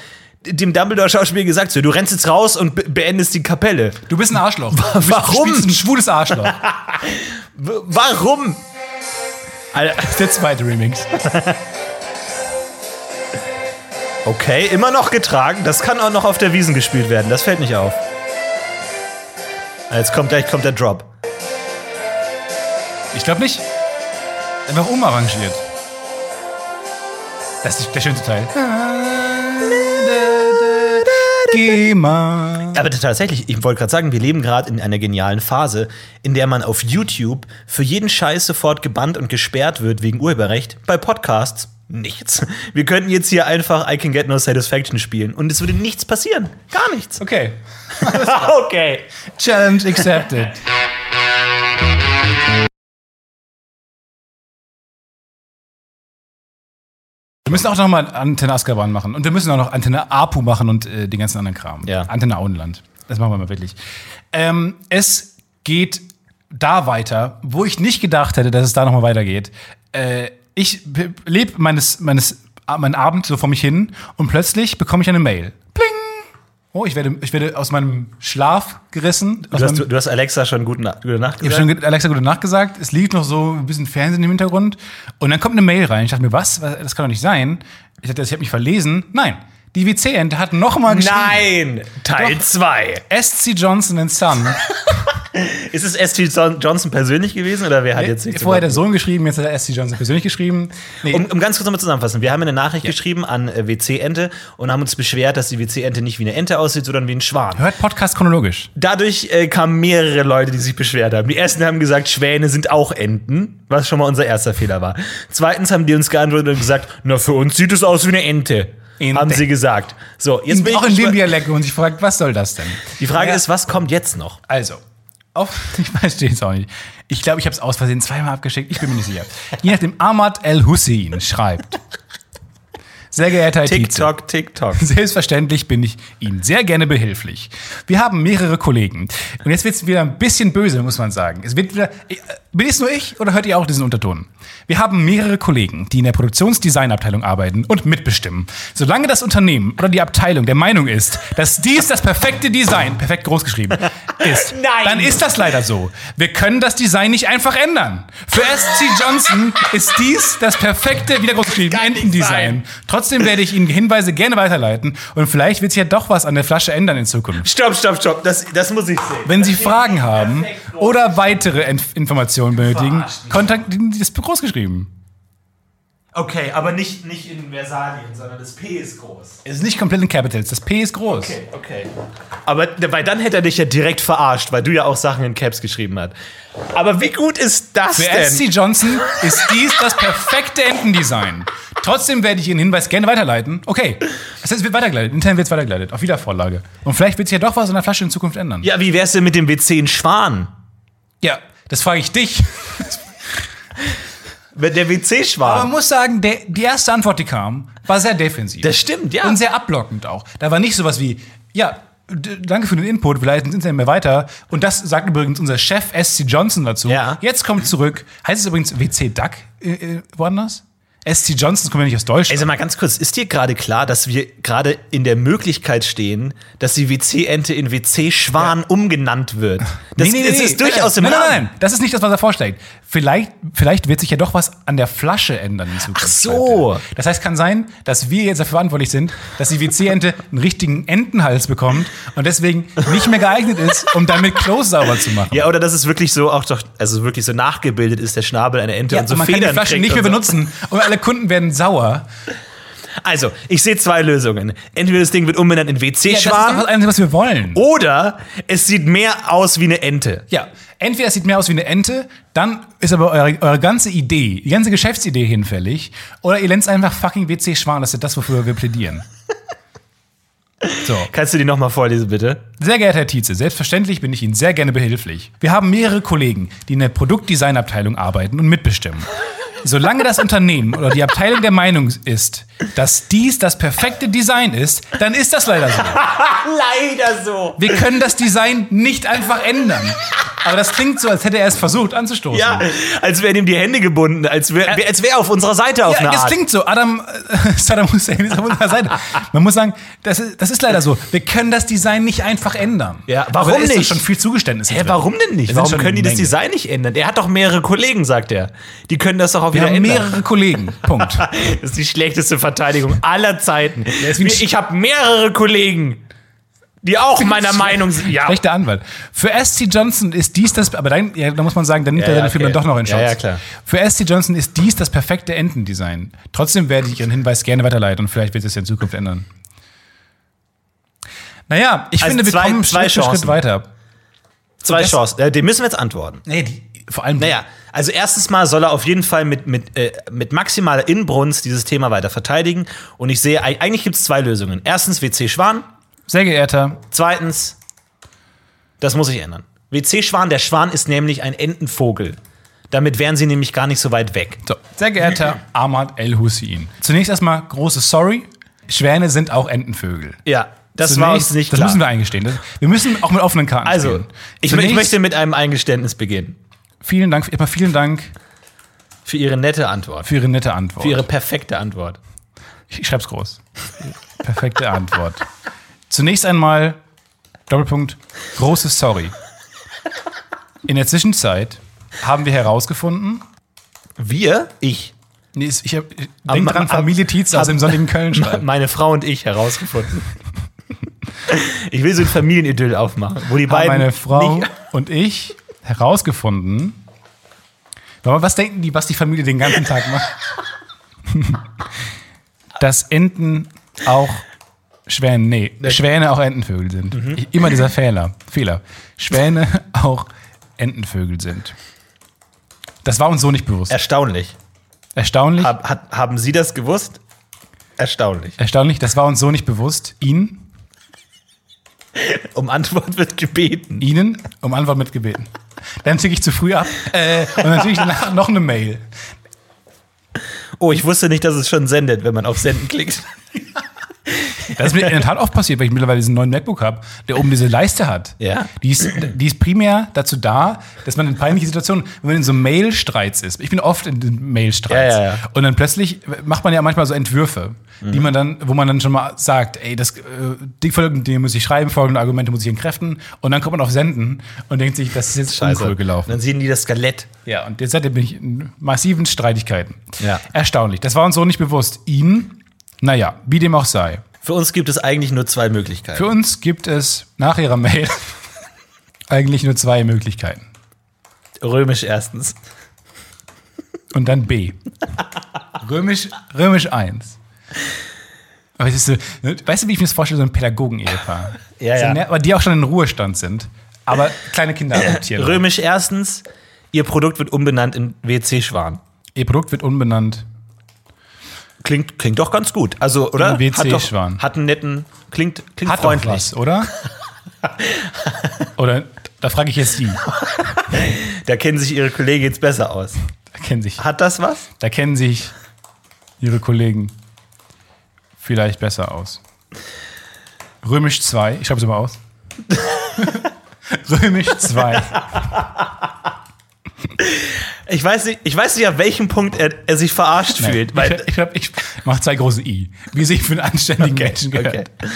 [SPEAKER 3] dem Dumbledore-Schauspieler gesagt? So, du rennst jetzt raus und be beendest die Kapelle.
[SPEAKER 2] Du bist ein Arschloch. Du bist-
[SPEAKER 3] Warum?
[SPEAKER 2] Du bist ein schwules Arschloch.
[SPEAKER 3] W warum? Alter.
[SPEAKER 2] Das ist der zweite Remix.
[SPEAKER 3] Okay, immer noch getragen. Das kann auch noch auf der Wiesen gespielt werden. Das fällt nicht auf. Jetzt kommt gleich kommt der Drop.
[SPEAKER 2] Ich glaube nicht. Einfach umarrangiert. Das ist der schönste Teil. Geh mal.
[SPEAKER 3] Aber tatsächlich, ich wollte gerade sagen, wir leben gerade in einer genialen Phase, in der man auf YouTube für jeden Scheiß sofort gebannt und gesperrt wird wegen Urheberrecht. Bei Podcasts nichts. Wir könnten jetzt hier einfach I Can Get No Satisfaction spielen und es würde nichts passieren. Gar nichts.
[SPEAKER 2] Okay.
[SPEAKER 3] Okay.
[SPEAKER 2] Challenge accepted. Wir müssen auch noch mal Antenne Azkaban machen. Und wir müssen auch noch Antenne Apu machen und äh, den ganzen anderen Kram.
[SPEAKER 3] Ja.
[SPEAKER 2] Antenne Auenland. Das machen wir mal wirklich. Ähm, es geht da weiter, wo ich nicht gedacht hätte, dass es da noch mal weitergeht. Äh, ich lebe meines, meines, meinen Abend so vor mich hin und plötzlich bekomme ich eine Mail. Pling! Oh, ich werde, ich werde aus meinem Schlaf gerissen. Aus
[SPEAKER 3] Du hast,
[SPEAKER 2] meinem-
[SPEAKER 3] du hast Alexa schon guten, Na- gute Nacht
[SPEAKER 2] ich
[SPEAKER 3] gesagt.
[SPEAKER 2] habe schon ge- Alexa gute Nacht gesagt. Es lief noch so ein bisschen Fernsehen im Hintergrund. Und dann kommt eine Mail rein. Ich dachte mir, was? Was- Das kann doch nicht sein. Ich dachte, ich habe mich verlesen. Nein, die WC-Ente hat nochmal geschrieben.
[SPEAKER 3] Nein! Teil
[SPEAKER 2] Doch.
[SPEAKER 3] 2.
[SPEAKER 2] SC Johnson and Son.
[SPEAKER 3] Ist es S.T. John- Johnson persönlich gewesen oder wer hat jetzt nichts
[SPEAKER 2] Vorher hat der
[SPEAKER 3] gemacht?
[SPEAKER 2] Sohn geschrieben, jetzt hat der SC Johnson persönlich geschrieben. Nee,
[SPEAKER 3] um, um ganz kurz nochmal zusammenfassen, wir haben eine Nachricht geschrieben an äh, WC-Ente und haben uns beschwert, dass die WC-Ente nicht wie eine Ente aussieht, sondern wie ein Schwan.
[SPEAKER 2] hört Podcast chronologisch.
[SPEAKER 3] Dadurch äh, kamen mehrere Leute, die sich beschwert haben. Die ersten haben gesagt, Schwäne sind auch Enten, was schon mal unser erster Fehler war. Zweitens haben die uns geantwortet und gesagt, na, für uns sieht es aus wie eine Ente.
[SPEAKER 2] Ente.
[SPEAKER 3] Haben sie gesagt. So, jetzt bin ich
[SPEAKER 2] auch in dem
[SPEAKER 3] gespannt.
[SPEAKER 2] Dialekt, wo man sich fragt, was soll das denn?
[SPEAKER 3] Die Frage
[SPEAKER 2] Ja.
[SPEAKER 3] ist, was kommt jetzt noch?
[SPEAKER 2] Also, auf, ich verstehe es auch nicht. Ich glaube, ich habe es aus Versehen zweimal abgeschickt. Ich bin mir nicht sicher. Je nachdem, Ahmad El Hussein schreibt. Sehr geehrter Herr Tietze.
[SPEAKER 3] TikTok, TikTok.
[SPEAKER 2] Selbstverständlich bin ich Ihnen sehr gerne behilflich. Wir haben mehrere Kollegen. Und jetzt wird es wieder ein bisschen böse, muss man sagen. Es wird wieder, äh, bin es nur ich oder hört ihr auch diesen Unterton? Wir haben mehrere Kollegen, die in der Produktionsdesignabteilung arbeiten und mitbestimmen. Solange das Unternehmen oder die Abteilung der Meinung ist, dass dies das perfekte Design, perfekt groß geschrieben, ist,
[SPEAKER 3] Nein.
[SPEAKER 2] dann ist das leider so. Wir können das Design nicht einfach ändern. Für SC Johnson ist dies das perfekte, wieder groß geschrieben, Entendesign. Trotzdem werde ich Ihnen Hinweise gerne weiterleiten und vielleicht wird sich ja doch was an der Flasche ändern in Zukunft.
[SPEAKER 3] Stopp, stopp, stopp. Das, das muss ich sehen.
[SPEAKER 2] Wenn Sie Fragen haben oder weitere Inf Informationen benötigen, kontaktieren Sie das groß geschrieben.
[SPEAKER 3] Okay, aber nicht, nicht in Versalien, sondern das P ist groß.
[SPEAKER 2] Es ist nicht komplett in Capitals, das P ist groß.
[SPEAKER 3] okay. Aber weil dann hätte er dich ja direkt verarscht, weil du ja auch Sachen in Caps geschrieben hast. Aber wie gut ist das
[SPEAKER 2] Für
[SPEAKER 3] denn?
[SPEAKER 2] SC Johnson ist dies das perfekte Entendesign. Trotzdem werde ich Ihren Hinweis gerne weiterleiten. Okay. Das heißt, es wird weitergeleitet. Intern wird es weitergeleitet. Auf Wiedervorlage. Und vielleicht wird sich ja doch was an der Flasche in Zukunft ändern.
[SPEAKER 3] ja, wie wär's denn mit dem WC in Schwan?
[SPEAKER 2] ja das frage ich dich.
[SPEAKER 3] Mit der
[SPEAKER 2] Man
[SPEAKER 3] WC-Schwan.
[SPEAKER 2] muss sagen, der, die erste Antwort, die kam, war sehr defensiv.
[SPEAKER 3] Das stimmt, ja.
[SPEAKER 2] Und sehr abblockend auch. Da war nicht sowas wie, Ja, d- danke für den Input. Wir leiten es intern mehr weiter. Und das sagt übrigens unser Chef SC Johnson dazu.
[SPEAKER 3] Ja.
[SPEAKER 2] Jetzt kommt zurück. Heißt es übrigens WC Duck äh, äh, woanders? SC Johnson kommt ja nicht aus
[SPEAKER 3] Ey,
[SPEAKER 2] Deutschland.
[SPEAKER 3] sag mal ganz kurz, ist dir gerade klar, dass wir gerade in der Möglichkeit stehen, dass die WC-Ente in WC-Schwan umgenannt wird? Das, das ist durchaus
[SPEAKER 2] nein,
[SPEAKER 3] im
[SPEAKER 2] nein,
[SPEAKER 3] Rahmen.
[SPEAKER 2] nein, nein, das ist nicht das, was er vorschlägt. Vielleicht, vielleicht wird sich ja doch was an der Flasche ändern in Zukunft.
[SPEAKER 3] Ach so.
[SPEAKER 2] schreibt er. Das heißt, kann sein, dass wir jetzt dafür verantwortlich sind, dass die WC-Ente einen richtigen Entenhals bekommt und deswegen nicht mehr geeignet ist, um damit Klos sauber zu machen.
[SPEAKER 3] Ja, oder dass es wirklich so auch doch, also wirklich so nachgebildet ist, der Schnabel einer Ente
[SPEAKER 2] Ja,
[SPEAKER 3] und so
[SPEAKER 2] man
[SPEAKER 3] Federn
[SPEAKER 2] kann die Flasche
[SPEAKER 3] kriegt
[SPEAKER 2] nicht mehr
[SPEAKER 3] und so.
[SPEAKER 2] benutzen und alle Kunden werden sauer.
[SPEAKER 3] Also, ich sehe zwei Lösungen. Entweder das Ding wird umbenannt in
[SPEAKER 2] das ist doch
[SPEAKER 3] WC-Schwan
[SPEAKER 2] das Einzige, was wir wollen.
[SPEAKER 3] oder es sieht mehr aus wie eine Ente.
[SPEAKER 2] Oh, Ja, entweder es sieht mehr aus wie eine Ente, dann ist aber eure, eure ganze Idee, die ganze Geschäftsidee hinfällig, oder ihr lenzt einfach fucking WC Schwan, das ist das, wofür wir plädieren. So.
[SPEAKER 3] Kannst du die nochmal vorlesen, bitte?
[SPEAKER 2] Sehr geehrter Herr Tietze, selbstverständlich bin ich Ihnen sehr gerne behilflich. Wir haben mehrere Kollegen, die in der Produktdesignabteilung arbeiten und mitbestimmen. Solange das Unternehmen oder die Abteilung der Meinung ist, dass dies das perfekte Design ist, dann ist das leider so.
[SPEAKER 3] Leider so.
[SPEAKER 2] Wir können das Design nicht einfach ändern. Aber das klingt so, als hätte er es versucht anzustoßen.
[SPEAKER 3] Ja, als wären ihm die Hände gebunden, als wäre als wär er auf unserer Seite auf
[SPEAKER 2] Äh, Ja,
[SPEAKER 3] einer
[SPEAKER 2] das
[SPEAKER 3] Art.
[SPEAKER 2] klingt so. Adam, äh, Saddam Hussein ist auf unserer Seite. Man muss sagen, das ist, das ist leider so. Wir können das Design nicht einfach ändern.
[SPEAKER 3] Ja, warum
[SPEAKER 2] Aber da ist doch
[SPEAKER 3] nicht?
[SPEAKER 2] schon viel Zugeständnis.
[SPEAKER 3] Hä, warum denn nicht? Warum können die das Design nicht ändern? Er hat doch mehrere Kollegen, sagt er. Die können das doch auch
[SPEAKER 2] Wir
[SPEAKER 3] wieder
[SPEAKER 2] haben
[SPEAKER 3] ändern.
[SPEAKER 2] mehrere Kollegen. Punkt.
[SPEAKER 3] Das ist die schlechteste Verteidigung aller Zeiten.
[SPEAKER 2] ist wie ein
[SPEAKER 3] Mir- ich habe mehrere Kollegen, die auch meiner Meinung sind. Ja.
[SPEAKER 2] Rechter Anwalt. Für SC Johnson ist dies das, aber dann, ja, da muss man sagen, dann nimmt
[SPEAKER 3] Ja,
[SPEAKER 2] er
[SPEAKER 3] ja,
[SPEAKER 2] seine Filme
[SPEAKER 3] okay.
[SPEAKER 2] doch noch in Schutz.
[SPEAKER 3] Ja, ja, klar.
[SPEAKER 2] Für SC Johnson ist dies das perfekte Entendesign. Trotzdem werde ich Ihren Hinweis gerne weiterleiten und vielleicht wird es ja in Zukunft ändern. Naja, ich
[SPEAKER 3] Also
[SPEAKER 2] finde, wir
[SPEAKER 3] zwei-
[SPEAKER 2] kommen
[SPEAKER 3] zwei
[SPEAKER 2] Schritt für Schritt
[SPEAKER 3] Chancen.
[SPEAKER 2] weiter.
[SPEAKER 3] Zwei
[SPEAKER 2] das-
[SPEAKER 3] Chancen. Äh, Dem müssen wir jetzt antworten.
[SPEAKER 2] Nee, die, vor allem.
[SPEAKER 3] Naja, also erstens mal soll er auf jeden Fall mit, mit, äh, mit maximaler Inbrunst dieses Thema weiter verteidigen. Und ich sehe, eig- eigentlich gibt es zwei Lösungen. Erstens WC Schwan,
[SPEAKER 2] Sehr geehrter,
[SPEAKER 3] Zweitens, das muss ich ändern. WC-Schwan, der Schwan ist nämlich ein Entenvogel. Damit wären sie nämlich gar nicht so weit weg.
[SPEAKER 2] so, sehr geehrter Ahmad El Hussein. Zunächst erstmal große Sorry. Schwäne sind auch Entenvögel.
[SPEAKER 3] Ja, das
[SPEAKER 2] Zunächst-
[SPEAKER 3] war uns nicht
[SPEAKER 2] Das
[SPEAKER 3] klar.
[SPEAKER 2] müssen wir eingestehen. Das, wir müssen auch mit offenen Karten
[SPEAKER 3] also,
[SPEAKER 2] spielen.
[SPEAKER 3] ich, mö-
[SPEAKER 2] Zunächst
[SPEAKER 3] ich möchte mit einem Eingeständnis beginnen.
[SPEAKER 2] Vielen Dank, erstmal vielen Dank
[SPEAKER 3] Für Ihre nette Antwort.
[SPEAKER 2] für
[SPEAKER 3] Für,
[SPEAKER 2] Ihre nette Antwort.
[SPEAKER 3] Ihre perfekte Antwort.
[SPEAKER 2] Ich schreib's groß. Perfekte Antwort. Zunächst einmal, Doppelpunkt, großes Sorry. In der Zwischenzeit haben wir herausgefunden,
[SPEAKER 3] Wir, ich,
[SPEAKER 2] nee, ist- ich hab,
[SPEAKER 3] Am-
[SPEAKER 2] denk dran,
[SPEAKER 3] am-
[SPEAKER 2] Familie Tietz aus dem sonnigen Köln schreibt.
[SPEAKER 3] meine Frau und ich herausgefunden. ich will so ein Familienidyll aufmachen, wo die
[SPEAKER 2] haben
[SPEAKER 3] beiden.
[SPEAKER 2] Ah, meine Frau
[SPEAKER 3] Nicht,
[SPEAKER 2] und ich herausgefunden, Warte mal, was denken die, was die Familie den ganzen Tag macht? Dass Enten auch Schwäne, nee, Schwäne auch Entenvögel sind.
[SPEAKER 3] Mhm.
[SPEAKER 2] Immer dieser Fehler, Fehler. Schwäne auch Entenvögel sind. Das war uns so nicht bewusst.
[SPEAKER 3] erstaunlich.
[SPEAKER 2] Erstaunlich,
[SPEAKER 3] Hab, hat, haben Sie das gewusst? Erstaunlich.
[SPEAKER 2] erstaunlich, das war uns so nicht bewusst. Ihnen,
[SPEAKER 3] Um Antwort wird gebeten.
[SPEAKER 2] Ihnen, um Antwort mitgebeten. Dann schicke ich zu früh ab äh, und dann schicke ich danach noch eine Mail.
[SPEAKER 3] Oh, ich wusste nicht, dass es schon sendet, wenn man auf Senden klickt.
[SPEAKER 2] Das ist mir in der Tat oft passiert, weil ich mittlerweile diesen neuen MacBook habe, der oben diese Leiste hat.
[SPEAKER 3] Ja.
[SPEAKER 2] Die ist, die ist primär dazu da, dass man in peinliche Situationen, wenn man in so Mail-Streits ist, ich bin oft in den Mail-Streits,
[SPEAKER 3] Ja, Mhm. ja, ja.
[SPEAKER 2] und dann plötzlich macht man ja manchmal so Entwürfe, die man dann, wo man dann schon mal sagt, ey, das, äh, die folgenden Dinge muss ich schreiben, folgende Argumente muss ich entkräften, und dann kommt man auf Senden und denkt sich, das ist jetzt uncool gelaufen.
[SPEAKER 3] Dann sehen die das Skelett.
[SPEAKER 2] Ja, und jetzt seitdem bin ich in massiven Streitigkeiten.
[SPEAKER 3] Ja.
[SPEAKER 2] Erstaunlich. Das war uns so nicht bewusst. Ihnen, naja, wie dem auch sei.
[SPEAKER 3] Für uns gibt es eigentlich nur zwei Möglichkeiten.
[SPEAKER 2] Für uns gibt es nach Ihrer Mail eigentlich nur zwei Möglichkeiten.
[SPEAKER 3] Römisch erstens.
[SPEAKER 2] Und dann B. Römisch, Römisch 1. Aber es ist so, ne, weißt du, wie ich mir das vorstelle, so ein Pädagogen-Ehepaar?
[SPEAKER 3] Ja,
[SPEAKER 2] so,
[SPEAKER 3] ja.
[SPEAKER 2] ne, Aber die auch schon in Ruhestand sind, aber kleine Kinder adoptieren.
[SPEAKER 3] Römisch erstens, ihr Produkt wird umbenannt in WC-Schwan.
[SPEAKER 2] Ihr Produkt wird unbenannt.
[SPEAKER 3] Klingt, klingt doch ganz gut. Also, oder?
[SPEAKER 2] In WC-Schwan.
[SPEAKER 3] Hat, doch- hat einen netten, klingt, klingt
[SPEAKER 2] Hat doch
[SPEAKER 3] freundlich.
[SPEAKER 2] was, oder? oder da frage ich jetzt Sie.
[SPEAKER 3] Da kennen sich ihre Kollegen jetzt besser aus.
[SPEAKER 2] Da kennen sich,
[SPEAKER 3] Hat das was?
[SPEAKER 2] da kennen sich Ihre Kollegen vielleicht besser aus. Römisch 2. Ich schreibe es mal aus. Römisch 2.
[SPEAKER 3] Ich weiß nicht, ich weiß nicht an welchem Punkt er, er sich verarscht fühlt. Weil,
[SPEAKER 2] ich glaub, ich mache zwei große I, wie sich für einen anständigen Menschen gehört.
[SPEAKER 3] okay.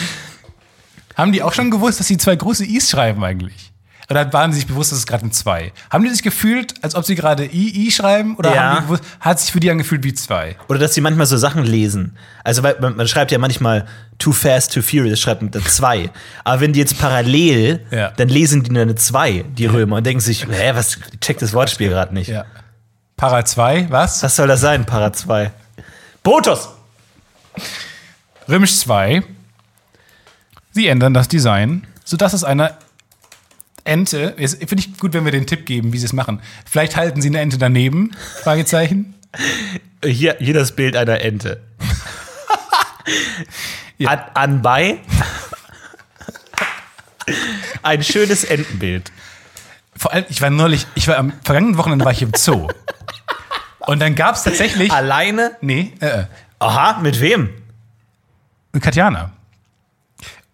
[SPEAKER 2] Haben die auch schon gewusst, dass sie zwei große Is schreiben eigentlich? Oder waren sie sich bewusst, dass es gerade ein Zwei? Haben die sich gefühlt, als ob sie gerade I, I schreiben? Oder
[SPEAKER 3] Ja.
[SPEAKER 2] haben die gewusst, hat sich für die angefühlt wie zwei?
[SPEAKER 3] Oder dass sie manchmal so Sachen lesen. Also weil man, man schreibt ja manchmal too fast, too furious, schreibt man dann zwei. Aber wenn die jetzt parallel,
[SPEAKER 2] Ja.
[SPEAKER 3] dann lesen die nur eine zwei, die Römer, und denken sich, hä, was checkt das Wortspiel gerade nicht.
[SPEAKER 2] Ja. Para 2, was?
[SPEAKER 3] Was soll das sein, Para 2? Botos!
[SPEAKER 2] Römisch 2. Sie ändern das Design, sodass es einer Ente. es- Finde ich gut, wenn wir den Tipp geben, wie sie es machen. Vielleicht halten sie eine Ente daneben? Fragezeichen.
[SPEAKER 3] Hier, hier das Bild einer Ente. an, anbei. Ein schönes Entenbild.
[SPEAKER 2] Vor allem, ich war neulich, ich war am vergangenen Wochenende war ich im Zoo. Und dann gab es tatsächlich.
[SPEAKER 3] Alleine?
[SPEAKER 2] Nee, äh, äh,
[SPEAKER 3] Aha, mit wem?
[SPEAKER 2] mit Katjana.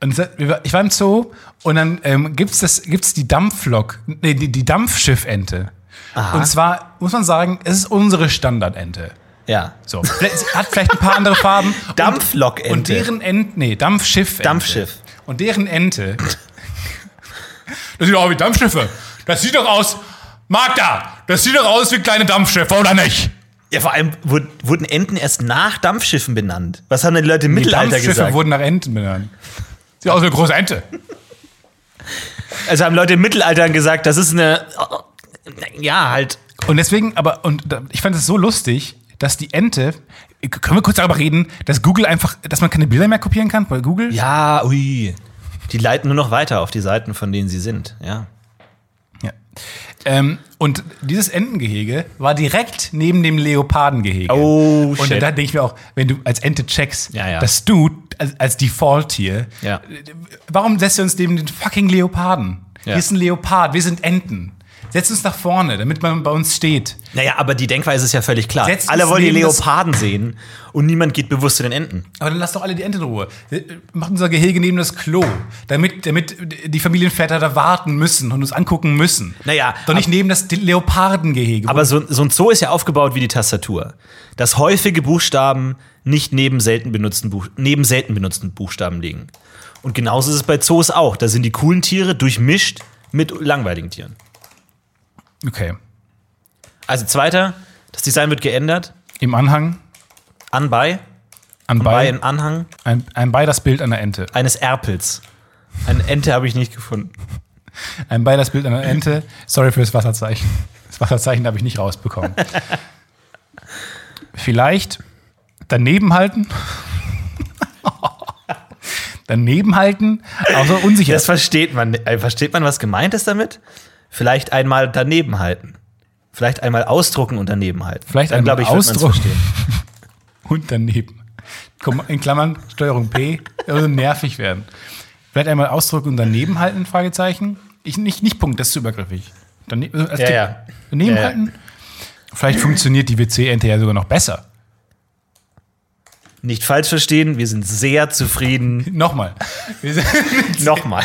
[SPEAKER 2] Und se- wir war- ich war im Zoo und dann ähm, gibt es gibt's die Dampflok, nee, die, die Dampfschiffente. Und zwar muss man sagen, es ist unsere Standardente.
[SPEAKER 3] Ja.
[SPEAKER 2] So, vielleicht- hat vielleicht ein paar andere Farben. Und-
[SPEAKER 3] Dampflokente.
[SPEAKER 2] Und deren Ente, nee, Dampfschiff.
[SPEAKER 3] Dampfschiff.
[SPEAKER 2] Und deren Ente. Das sieht doch aus wie Dampfschiffe. Das sieht doch aus, Magda, das sieht doch aus wie kleine Dampfschiffe, oder nicht?
[SPEAKER 3] Ja, vor allem wurd, wurden Enten erst nach Dampfschiffen benannt. Was haben denn die Leute im Mittelalter
[SPEAKER 2] Dampfschiffe
[SPEAKER 3] gesagt?
[SPEAKER 2] wurden nach Enten benannt. Sieht aus wie eine große Ente.
[SPEAKER 3] Also haben Leute im Mittelalter gesagt, das ist eine. Ja, halt.
[SPEAKER 2] Und deswegen, aber, und da- ich fand es so lustig, dass die Ente, können wir kurz darüber reden, dass Google einfach, dass man keine Bilder mehr kopieren kann bei Google?
[SPEAKER 3] Ja, ui. Die leiten nur noch weiter auf die Seiten, von denen sie sind. Ja.
[SPEAKER 2] Ja. Ähm, und dieses Entengehege war direkt neben dem Leopardengehege.
[SPEAKER 3] Oh,
[SPEAKER 2] und
[SPEAKER 3] shit.
[SPEAKER 2] da denke ich mir auch, wenn du als Ente checkst,
[SPEAKER 3] Ja, ja.
[SPEAKER 2] dass du als, als Default-Tier,
[SPEAKER 3] Ja.
[SPEAKER 2] warum setzt du uns neben den fucking Leoparden?
[SPEAKER 3] Ja.
[SPEAKER 2] Hier ist ein Leopard, wir sind Enten. Setz uns nach vorne, damit man bei uns steht.
[SPEAKER 3] Naja, aber die Denkweise ist ja völlig klar.
[SPEAKER 2] Setzt
[SPEAKER 3] alle
[SPEAKER 2] es
[SPEAKER 3] wollen die
[SPEAKER 2] neben das-
[SPEAKER 3] Leoparden sehen und niemand geht bewusst zu den Enten.
[SPEAKER 2] Aber dann lass doch alle die Ente in Ruhe. Äh, Macht unser Gehege neben das Klo, damit, damit die Familienväter da warten müssen und uns angucken müssen.
[SPEAKER 3] Naja,
[SPEAKER 2] Doch nicht neben das Leopardengehege.
[SPEAKER 3] Aber so, so ein Zoo ist ja aufgebaut wie die Tastatur. Dass häufige Buchstaben nicht neben selten benutzten, Buch neben selten benutzten Buchstaben liegen. Und genauso ist es bei Zoos auch. Da sind die coolen Tiere durchmischt mit langweiligen Tieren.
[SPEAKER 2] okay.
[SPEAKER 3] Also zweiter, das Design wird geändert.
[SPEAKER 2] Im Anhang,
[SPEAKER 3] Anbei,
[SPEAKER 2] an
[SPEAKER 3] bei
[SPEAKER 2] Beinen.
[SPEAKER 3] im Anhang
[SPEAKER 2] Ein, ein Bei das Bild einer Ente.
[SPEAKER 3] eines Erpels. Eine Ente habe ich nicht gefunden.
[SPEAKER 2] Ein Bei das Bild einer Ente. Sorry für das Wasserzeichen. Das Wasserzeichen habe ich nicht rausbekommen. Vielleicht daneben halten. daneben halten. Also unsicher.
[SPEAKER 3] Das versteht man. äh, Versteht man, was gemeint ist damit? Vielleicht einmal daneben halten. Vielleicht einmal ausdrucken und daneben halten.
[SPEAKER 2] Vielleicht
[SPEAKER 3] Dann,
[SPEAKER 2] einmal
[SPEAKER 3] glaube ich, wird man's
[SPEAKER 2] ausdrucken.
[SPEAKER 3] verstehen.
[SPEAKER 2] Und daneben. Komm, In Klammern Steuerung P. Das würde nervig werden. Vielleicht einmal ausdrücken und daneben halten, Fragezeichen. Ich, nicht, nicht Punkt, das ist zu übergriffig. Dane als
[SPEAKER 3] Ja,
[SPEAKER 2] Tipp.
[SPEAKER 3] ja.
[SPEAKER 2] Daneben
[SPEAKER 3] Ja, ja.
[SPEAKER 2] halten. Vielleicht funktioniert die WC-Ente ja sogar noch besser.
[SPEAKER 3] Nicht falsch verstehen, wir sind sehr zufrieden.
[SPEAKER 2] Nochmal. Wir sind-
[SPEAKER 3] Nochmal.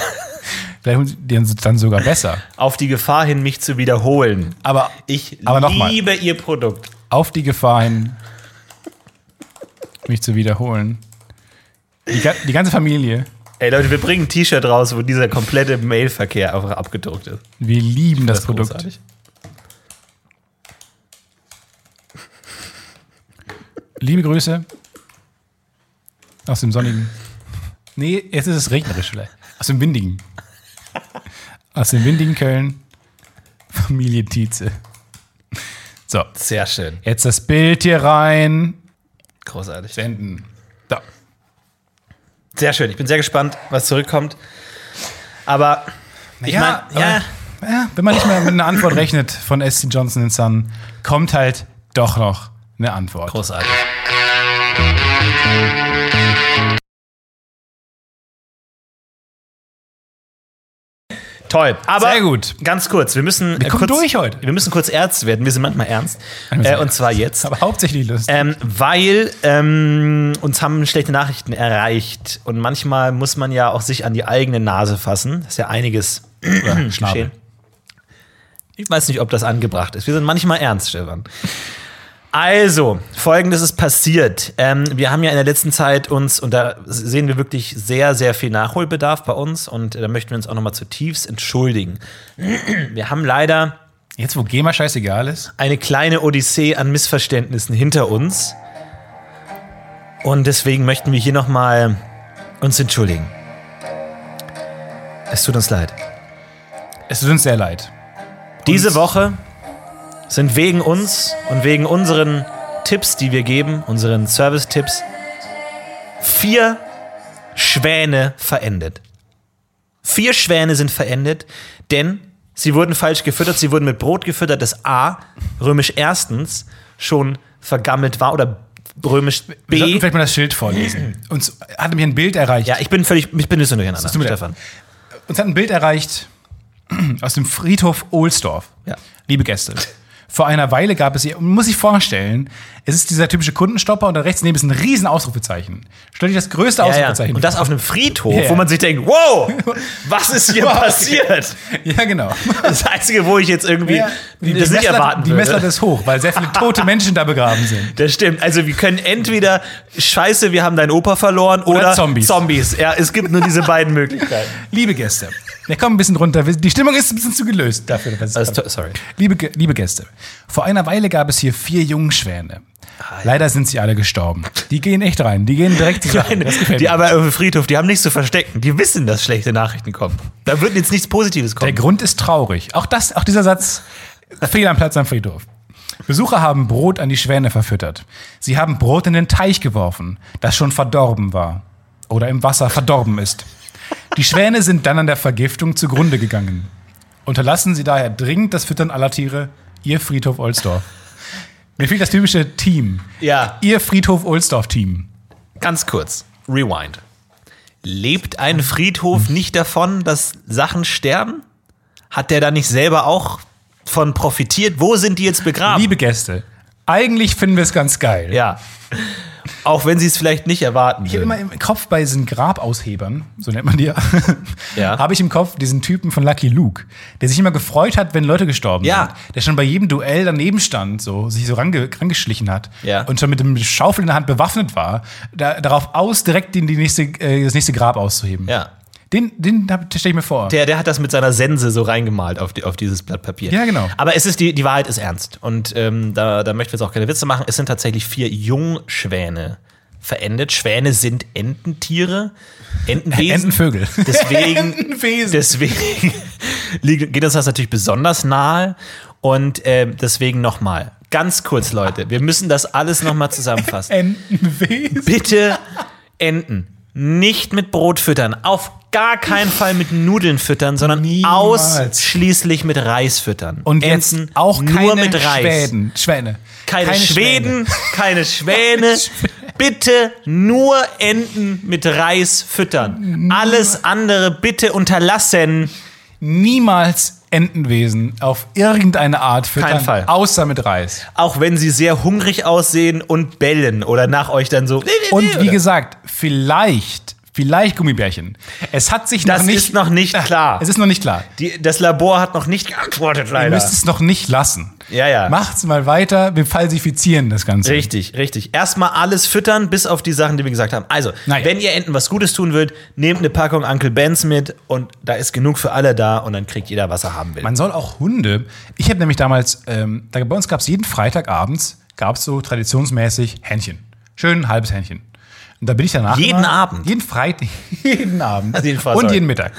[SPEAKER 2] Vielleicht haben sie den dann sogar besser.
[SPEAKER 3] Auf die Gefahr hin, mich zu wiederholen.
[SPEAKER 2] Aber
[SPEAKER 3] Ich
[SPEAKER 2] Aber noch mal.
[SPEAKER 3] liebe Ihr Produkt.
[SPEAKER 2] auf die Gefahr hin, mich zu wiederholen. Die, ga- die ganze Familie,
[SPEAKER 3] Ey Leute, wir bringen ein T-Shirt raus, wo dieser komplette Mailverkehr einfach abgedruckt ist.
[SPEAKER 2] wir lieben das,
[SPEAKER 3] ist
[SPEAKER 2] Produkt.
[SPEAKER 3] großartig.
[SPEAKER 2] Liebe Grüße aus dem sonnigen. Nee, jetzt ist es regnerisch vielleicht. Aus dem windigen. Aus dem windigen Köln. Familie Tietze. So,
[SPEAKER 3] Sehr schön.
[SPEAKER 2] jetzt das Bild hier rein.
[SPEAKER 3] Großartig.
[SPEAKER 2] Senden. Da.
[SPEAKER 3] Sehr schön. Ich bin sehr gespannt, was zurückkommt. Aber ich
[SPEAKER 2] Ja,
[SPEAKER 3] meine, ja,
[SPEAKER 2] aber, ja, wenn man nicht mehr mit einer Antwort rechnet von SC Johnson Son, kommt halt doch noch eine Antwort.
[SPEAKER 3] großartig. Toll. Aber
[SPEAKER 2] Sehr gut.
[SPEAKER 3] Ganz kurz, wir müssen wir
[SPEAKER 2] kommen
[SPEAKER 3] kurz,
[SPEAKER 2] durch heute.
[SPEAKER 3] Wir müssen kurz ernst werden. Wir sind manchmal ernst. Äh, und zwar jetzt.
[SPEAKER 2] Aber hauptsächlich Lust.
[SPEAKER 3] Ähm, weil ähm, uns haben schlechte Nachrichten erreicht und manchmal muss man ja auch sich an die eigene Nase fassen. Das ist ja einiges
[SPEAKER 2] Oder
[SPEAKER 3] Ähm, geschehen.
[SPEAKER 2] Schnabel.
[SPEAKER 3] Ich weiß nicht, ob das angebracht ist. Wir sind manchmal ernst, Stefan. Also, folgendes ist passiert. Ähm, wir haben ja in der letzten Zeit uns, und da sehen wir wirklich sehr, sehr viel Nachholbedarf bei uns, und da möchten wir uns auch nochmal zutiefst entschuldigen. Wir haben leider
[SPEAKER 2] Jetzt, wo GEMA scheißegal ist.
[SPEAKER 3] eine kleine Odyssee an Missverständnissen hinter uns. Und deswegen möchten wir hier nochmal uns entschuldigen. Es tut uns leid.
[SPEAKER 2] Es tut uns sehr leid.
[SPEAKER 3] Diese Woche sind wegen uns und wegen unseren Tipps, die wir geben, unseren Service-Tipps, vier Schwäne verendet. Vier Schwäne sind verendet, denn sie wurden falsch gefüttert, sie wurden mit Brot gefüttert, das A, römisch erstens, schon vergammelt war oder römisch
[SPEAKER 2] Wir sollten
[SPEAKER 3] B. Mhm.
[SPEAKER 2] vielleicht mal das Schild vorlesen. Uns hat nämlich ein Bild erreicht.
[SPEAKER 3] Ja, ich bin völlig, ich bin nicht so durcheinander,
[SPEAKER 2] tut mir leid.
[SPEAKER 3] Stefan.
[SPEAKER 2] Uns hat ein Bild erreicht aus dem Friedhof Ohlsdorf.
[SPEAKER 3] Ja.
[SPEAKER 2] Liebe Gäste, vor einer Weile gab es hier, man muss sich vorstellen, es ist dieser typische Kundenstopper und da rechts neben ist ein riesen Ausrufezeichen. Stell dir das größte
[SPEAKER 3] Ja, ja.
[SPEAKER 2] Ausrufezeichen.
[SPEAKER 3] Und das auf einem Friedhof,
[SPEAKER 2] Ja, ja.
[SPEAKER 3] wo man sich denkt, wow, was ist hier
[SPEAKER 2] Wow, okay.
[SPEAKER 3] passiert?
[SPEAKER 2] ja, genau.
[SPEAKER 3] Das Einzige, wo ich jetzt irgendwie
[SPEAKER 2] Ja, die, die,
[SPEAKER 3] das nicht
[SPEAKER 2] Messlatte,
[SPEAKER 3] erwarten
[SPEAKER 2] die Messlatte
[SPEAKER 3] würde.
[SPEAKER 2] ist hoch, weil sehr viele tote Menschen da begraben sind.
[SPEAKER 3] Das stimmt. Also wir können entweder Scheiße, wir haben deinen Opa verloren oder,
[SPEAKER 2] Zombies.
[SPEAKER 3] Ja, es gibt nur diese beiden Möglichkeiten.
[SPEAKER 2] Liebe Gäste, wir kommen ein bisschen runter. Die Stimmung ist ein bisschen zu gelöst dafür. dass es
[SPEAKER 3] Also, to- sorry.
[SPEAKER 2] Liebe, Gä- liebe Gäste, vor einer Weile gab es hier vier Jungschwäne.
[SPEAKER 3] Ah,
[SPEAKER 2] Leider sind sie alle gestorben. Die gehen echt rein. Die gehen direkt zur Sache. Das gefällt
[SPEAKER 3] Die
[SPEAKER 2] mir.
[SPEAKER 3] aber auf dem Friedhof, die haben nichts zu verstecken. Die wissen, dass schlechte Nachrichten kommen. Da wird jetzt nichts Positives
[SPEAKER 2] Der
[SPEAKER 3] kommen.
[SPEAKER 2] Grund ist traurig. Auch, das, auch dieser Satz, fehl am Platz am Friedhof. Besucher haben Brot an die Schwäne verfüttert. Sie haben Brot in den Teich geworfen, das schon verdorben war. Oder im Wasser verdorben ist. Die Schwäne sind dann an der Vergiftung zugrunde gegangen. Unterlassen Sie daher dringend das Füttern aller Tiere, Ihr Friedhof Ohlsdorf. Mir fehlt das typische Team.
[SPEAKER 3] Ja.
[SPEAKER 2] Ihr Friedhof Ohlsdorf-Team.
[SPEAKER 3] Ganz kurz. Rewind. Lebt ein Friedhof nicht davon, dass Sachen sterben? Hat der da nicht selber auch von profitiert? Wo sind die jetzt begraben?
[SPEAKER 2] Liebe Gäste, eigentlich finden wir es ganz geil.
[SPEAKER 3] Ja. Auch wenn sie es vielleicht nicht erwarten.
[SPEAKER 2] Ich habe
[SPEAKER 3] würden.
[SPEAKER 2] immer im Kopf bei diesen Grabaushebern, so nennt man die, ja.
[SPEAKER 3] Ja.
[SPEAKER 2] habe ich im Kopf diesen Typen von Lucky Luke, der sich immer gefreut hat, wenn Leute gestorben
[SPEAKER 3] Ja.
[SPEAKER 2] sind. Der schon bei jedem Duell daneben stand, so, sich so range, rangeschlichen hat
[SPEAKER 3] Ja.
[SPEAKER 2] und schon mit dem Schaufel in der Hand bewaffnet war, da, darauf aus, direkt in die nächste, äh, das nächste Grab auszuheben.
[SPEAKER 3] Ja.
[SPEAKER 2] Den, den stelle ich mir vor.
[SPEAKER 3] Der, der hat das mit seiner Sense so reingemalt auf, die, auf dieses Blatt Papier.
[SPEAKER 2] Ja, genau.
[SPEAKER 3] Aber es ist die, die Wahrheit ist ernst. Und ähm, da, da möchten wir jetzt auch keine Witze machen. Es sind tatsächlich vier Jungschwäne verendet. Schwäne sind Ententiere, Entenwesen.
[SPEAKER 2] Entenvögel.
[SPEAKER 3] Deswegen,
[SPEAKER 2] Entenwesen.
[SPEAKER 3] deswegen liegt- geht uns das natürlich besonders nahe. Und ähm, deswegen nochmal, ganz kurz, Leute, wir müssen das alles nochmal zusammenfassen.
[SPEAKER 2] Entenwesen.
[SPEAKER 3] bitte Enten nicht mit Brot füttern. Auf gar keinen Fall mit Nudeln füttern, sondern
[SPEAKER 2] Niemals.
[SPEAKER 3] ausschließlich mit Reis füttern.
[SPEAKER 2] Und jetzt
[SPEAKER 3] Enten
[SPEAKER 2] auch keine
[SPEAKER 3] nur mit Reis.
[SPEAKER 2] Schwäden. Schwäne.
[SPEAKER 3] Keine, Schweden, keine Schwäne.
[SPEAKER 2] Keine Schwäne.
[SPEAKER 3] Bitte nur Enten mit Reis füttern. Alles andere bitte unterlassen.
[SPEAKER 2] Niemals Entenwesen auf irgendeine Art füttern,
[SPEAKER 3] Kein Fall.
[SPEAKER 2] außer mit Reis.
[SPEAKER 3] Auch wenn sie sehr hungrig aussehen und bellen oder nach euch dann so.
[SPEAKER 2] Und wie
[SPEAKER 3] oder-
[SPEAKER 2] gesagt, vielleicht, vielleicht Gummibärchen. Es hat sich
[SPEAKER 3] Das
[SPEAKER 2] noch nicht. Äh,
[SPEAKER 3] ist noch nicht klar.
[SPEAKER 2] Es ist noch nicht klar.
[SPEAKER 3] Die, das Labor hat noch nicht geantwortet,
[SPEAKER 2] Ihr
[SPEAKER 3] leider.
[SPEAKER 2] müsst es noch nicht lassen.
[SPEAKER 3] Ja, ja.
[SPEAKER 2] Macht's mal weiter. Wir falsifizieren das Ganze.
[SPEAKER 3] Richtig, richtig. Erstmal alles füttern, bis auf die Sachen, die wir gesagt haben. Also,
[SPEAKER 2] Naja.
[SPEAKER 3] wenn ihr Enten was Gutes tun wollt, nehmt eine Packung Uncle Ben's mit und da ist genug für alle da und dann kriegt jeder, was er haben will.
[SPEAKER 2] Man soll auch Hunde. Ich habe nämlich damals, ähm, da, bei uns gab es jeden Freitagabends, gab es so traditionsmäßig Hähnchen. Schön ein halbes Hähnchen. Und da bin ich danach.
[SPEAKER 3] Jeden
[SPEAKER 2] immer-
[SPEAKER 3] Abend?
[SPEAKER 2] Jeden Freitag. jeden Abend.
[SPEAKER 3] Also jeden Freitag.
[SPEAKER 2] Und jeden Mittag.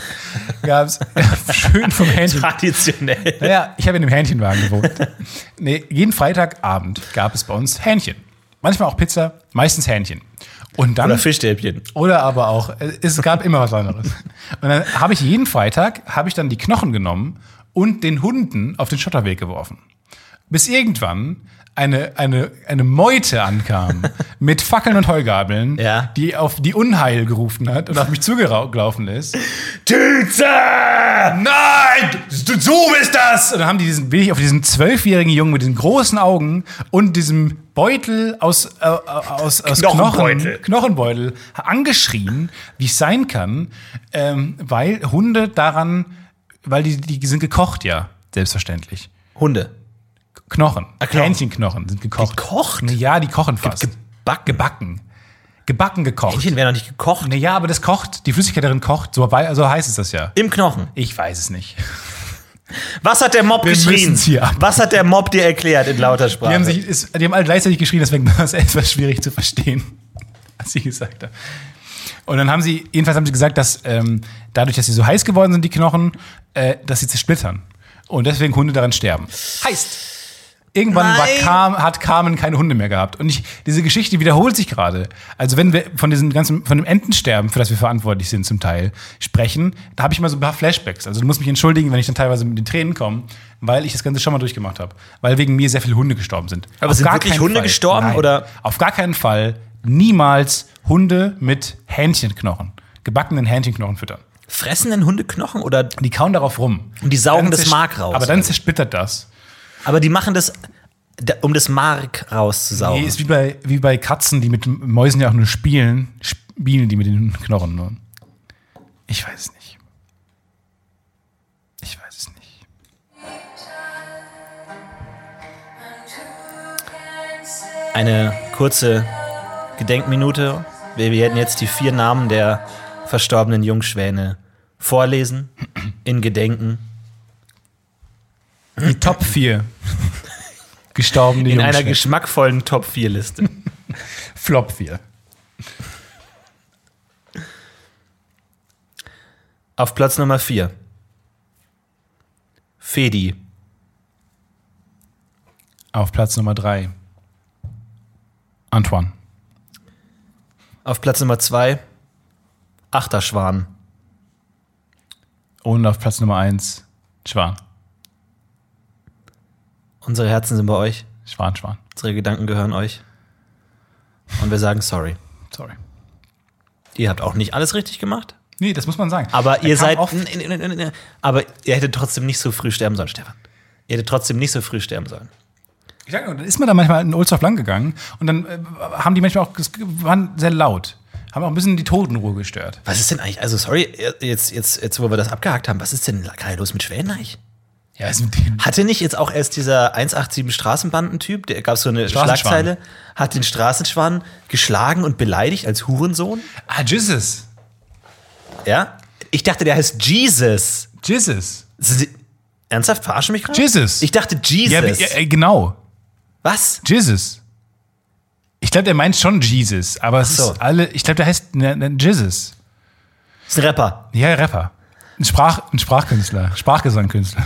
[SPEAKER 2] Gab's schön vom Hähnchen.
[SPEAKER 3] Traditionell.
[SPEAKER 2] Naja, ich habe in dem Hähnchenwagen gewohnt. nee, jeden Freitagabend gab es bei uns Hähnchen. Manchmal auch Pizza, meistens Hähnchen. Und dann
[SPEAKER 3] Oder Fischstäbchen.
[SPEAKER 2] oder aber auch, äh, es gab immer was anderes. Und dann habe ich jeden Freitag, habe ich dann die Knochen genommen und den Hunden auf den Schotterweg geworfen. bis irgendwann eine, eine, eine Meute ankam mit Fackeln und Heugabeln,
[SPEAKER 3] Ja.
[SPEAKER 2] die auf die Unheil gerufen hat und auf mich zugelaufen ist.
[SPEAKER 3] Tütze!
[SPEAKER 2] Nein! Du, du bist das! Und dann haben die diesen, bin ich auf diesen zwölfjährigen Jungen mit den großen Augen und diesem Beutel aus, äh, aus, aus
[SPEAKER 3] Knochenbeutel.
[SPEAKER 2] Knochen, Knochenbeutel angeschrien, wie es sein kann, ähm, weil Hunde daran, weil die, die sind gekocht, ja, selbstverständlich.
[SPEAKER 3] Hunde.
[SPEAKER 2] Knochen.
[SPEAKER 3] Ah, Knochen.
[SPEAKER 2] Hähnchenknochen sind gekocht.
[SPEAKER 3] Gekocht?
[SPEAKER 2] Ja, die kochen fast.
[SPEAKER 3] Gebacken.
[SPEAKER 2] gebacken. Gebacken gekocht.
[SPEAKER 3] Hähnchen werden noch nicht gekocht.
[SPEAKER 2] Ja, aber das kocht, die Flüssigkeit darin kocht, so, wei- so heißt es das ja.
[SPEAKER 3] Im Knochen.
[SPEAKER 2] Ich weiß es nicht.
[SPEAKER 3] Was hat der Mob
[SPEAKER 2] Wir
[SPEAKER 3] geschrien?
[SPEAKER 2] müssen's hier ab-
[SPEAKER 3] Was hat der Mob dir erklärt in lauter Sprache?
[SPEAKER 2] Die haben, sich, ist, die haben alle gleichzeitig geschrien, deswegen war es etwas schwierig zu verstehen, was sie gesagt haben. Und dann haben sie, jedenfalls haben sie gesagt, dass ähm, dadurch, dass sie so heiß geworden sind, die Knochen, äh, dass sie zersplittern. Und deswegen Hunde daran sterben. Heißt, irgendwann war
[SPEAKER 3] Nein.
[SPEAKER 2] Kam, hat Carmen keine Hunde mehr gehabt. Und ich, diese Geschichte wiederholt sich gerade. Also wenn wir von diesem ganzen, von dem Entensterben, für das wir verantwortlich sind zum Teil, sprechen, da habe ich mal so ein paar Flashbacks. Also du musst mich entschuldigen, wenn ich dann teilweise mit den Tränen komme, weil ich das Ganze schon mal durchgemacht habe. Weil wegen mir sehr viele Hunde gestorben sind.
[SPEAKER 3] Aber
[SPEAKER 2] Auf
[SPEAKER 3] sind
[SPEAKER 2] gar
[SPEAKER 3] wirklich
[SPEAKER 2] keinen
[SPEAKER 3] Hunde gestorben,
[SPEAKER 2] Nein.
[SPEAKER 3] oder?
[SPEAKER 2] Auf gar keinen Fall niemals Hunde mit Hähnchenknochen, gebackenen Hähnchenknochen füttern.
[SPEAKER 3] Fressen denn Hunde Knochen oder?
[SPEAKER 2] Die kauen darauf rum.
[SPEAKER 3] Und die saugen
[SPEAKER 2] Dann
[SPEAKER 3] das
[SPEAKER 2] zerst-
[SPEAKER 3] Mark raus,
[SPEAKER 2] Aber dann
[SPEAKER 3] oder?
[SPEAKER 2] zersplittert das.
[SPEAKER 3] Aber die machen das, da- um das Mark rauszusaugen.
[SPEAKER 2] Nee, ist wie bei, wie bei Katzen, die mit Mäusen ja auch nur spielen, spielen die mit den Knochen nur. Ich weiß es nicht. Ich weiß es nicht.
[SPEAKER 3] Eine kurze Gedenkminute. Wir werden jetzt die vier Namen der verstorbenen Jungschwäne vorlesen in Gedenken
[SPEAKER 2] Die Top 4 gestorbene
[SPEAKER 3] in einer
[SPEAKER 2] Jungschwäne.
[SPEAKER 3] geschmackvollen Top 4 Liste.
[SPEAKER 2] Flop 4.
[SPEAKER 3] Auf Platz Nummer 4. Fedi.
[SPEAKER 2] Auf Platz Nummer 3. Antoine.
[SPEAKER 3] Auf Platz Nummer 2. Achterschwan.
[SPEAKER 2] Und auf Platz Nummer 1. Schwan.
[SPEAKER 3] Unsere Herzen sind bei euch.
[SPEAKER 2] Schwan, Schwan.
[SPEAKER 3] Unsere Gedanken gehören euch. Und wir sagen sorry.
[SPEAKER 2] Sorry.
[SPEAKER 3] Ihr habt auch nicht alles richtig gemacht.
[SPEAKER 2] Nee, das muss man sagen.
[SPEAKER 3] Aber
[SPEAKER 2] Da
[SPEAKER 3] ihr
[SPEAKER 2] kam
[SPEAKER 3] seid.
[SPEAKER 2] oft-
[SPEAKER 3] N- n- n- n- Aber ihr hättet trotzdem nicht so früh sterben sollen, Stefan. Ihr hättet trotzdem nicht so früh sterben sollen.
[SPEAKER 2] Ich sag nur, dann ist man da manchmal in Ohlsdorf lang gegangen und dann äh, haben die manchmal auch, ges- waren sehr laut. Haben auch ein bisschen die Totenruhe gestört.
[SPEAKER 3] Was ist denn eigentlich? Also, sorry, jetzt, jetzt, jetzt, wo wir das abgehakt haben, was ist denn gerade los mit Schweden eigentlich?
[SPEAKER 2] Ja, ist mit dem
[SPEAKER 3] Hatte nicht jetzt auch erst dieser 187 Straßenbandentyp, der gab so eine
[SPEAKER 2] Straßenschwan.
[SPEAKER 3] Schlagzeile, hat den Straßenschwan geschlagen und beleidigt als Hurensohn?
[SPEAKER 2] Ah, Jesus.
[SPEAKER 3] Ja? Ich dachte, der heißt Jesus.
[SPEAKER 2] Jesus.
[SPEAKER 3] Sind Sie, ernsthaft verarschen mich gerade?
[SPEAKER 2] Jesus.
[SPEAKER 3] Ich dachte Jesus.
[SPEAKER 2] Ja, wie- ja, äh, genau.
[SPEAKER 3] Was?
[SPEAKER 2] Jesus. Ich glaube, der meint schon Jesus, aber es
[SPEAKER 3] so.
[SPEAKER 2] ist alle, ich glaube, der heißt ne, ne, Jesus.
[SPEAKER 3] Ist ein Rapper.
[SPEAKER 2] Ja, Rapper. Ein, Sprach, ein Sprachkünstler, Sprachgesangkünstler.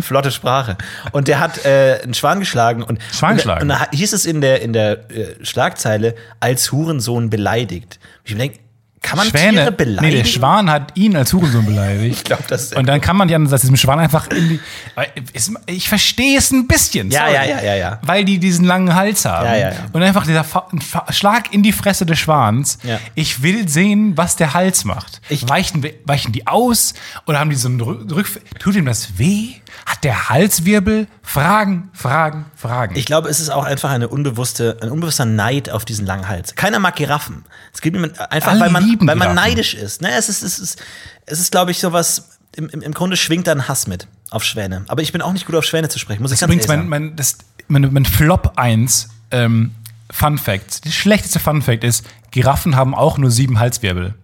[SPEAKER 3] Flotte Sprache. Und der hat äh, einen Schwan geschlagen und
[SPEAKER 2] Schwan
[SPEAKER 3] und,
[SPEAKER 2] geschlagen.
[SPEAKER 3] Und da hieß es in der in der äh, Schlagzeile als Hurensohn beleidigt. Ich mir denke, kann man Tiere
[SPEAKER 2] Nee,
[SPEAKER 3] beleidigen?
[SPEAKER 2] der Schwan hat ihn als Hurensohn beleidigt.
[SPEAKER 3] ich glaube, das ist
[SPEAKER 2] Und dann kann man ja aus diesem Schwan einfach in die. Weil, ist- Ich verstehe es ein bisschen.
[SPEAKER 3] Ja, ja, ja, ja, ja.
[SPEAKER 2] Weil die diesen langen Hals haben.
[SPEAKER 3] Ja, ja, ja.
[SPEAKER 2] Und einfach dieser Fa Fa Schlag in die Fresse des Schwans.
[SPEAKER 3] Ja.
[SPEAKER 2] Ich will sehen, was der Hals macht.
[SPEAKER 3] Ich-
[SPEAKER 2] weichen, wir- weichen die aus? Oder haben die so einen Rück- Rückf Tut ihm das weh? Hat der Halswirbel? Fragen, Fragen, Fragen.
[SPEAKER 3] Ich glaube, es ist auch einfach eine unbewusste, ein unbewusster Neid auf diesen langen Hals. Keiner mag Giraffen. Es gibt niemand, einfach
[SPEAKER 2] Alle
[SPEAKER 3] weil man,
[SPEAKER 2] lieben
[SPEAKER 3] weil man
[SPEAKER 2] Giraffen.
[SPEAKER 3] neidisch ist. Ne, es ist, es ist, es ist, glaube ich, sowas. Im, im, Im Grunde schwingt da ein Hass mit auf Schwäne. Aber ich bin auch nicht gut auf Schwäne zu sprechen. Muss ich
[SPEAKER 2] Das ist
[SPEAKER 3] ganz
[SPEAKER 2] übrigens
[SPEAKER 3] ehrlich sagen.
[SPEAKER 2] mein, mein, das, mein, mein Flop 1 ähm, Fun Fact. Der schlechteste Fun Fact ist, Giraffen haben auch nur sieben Halswirbel.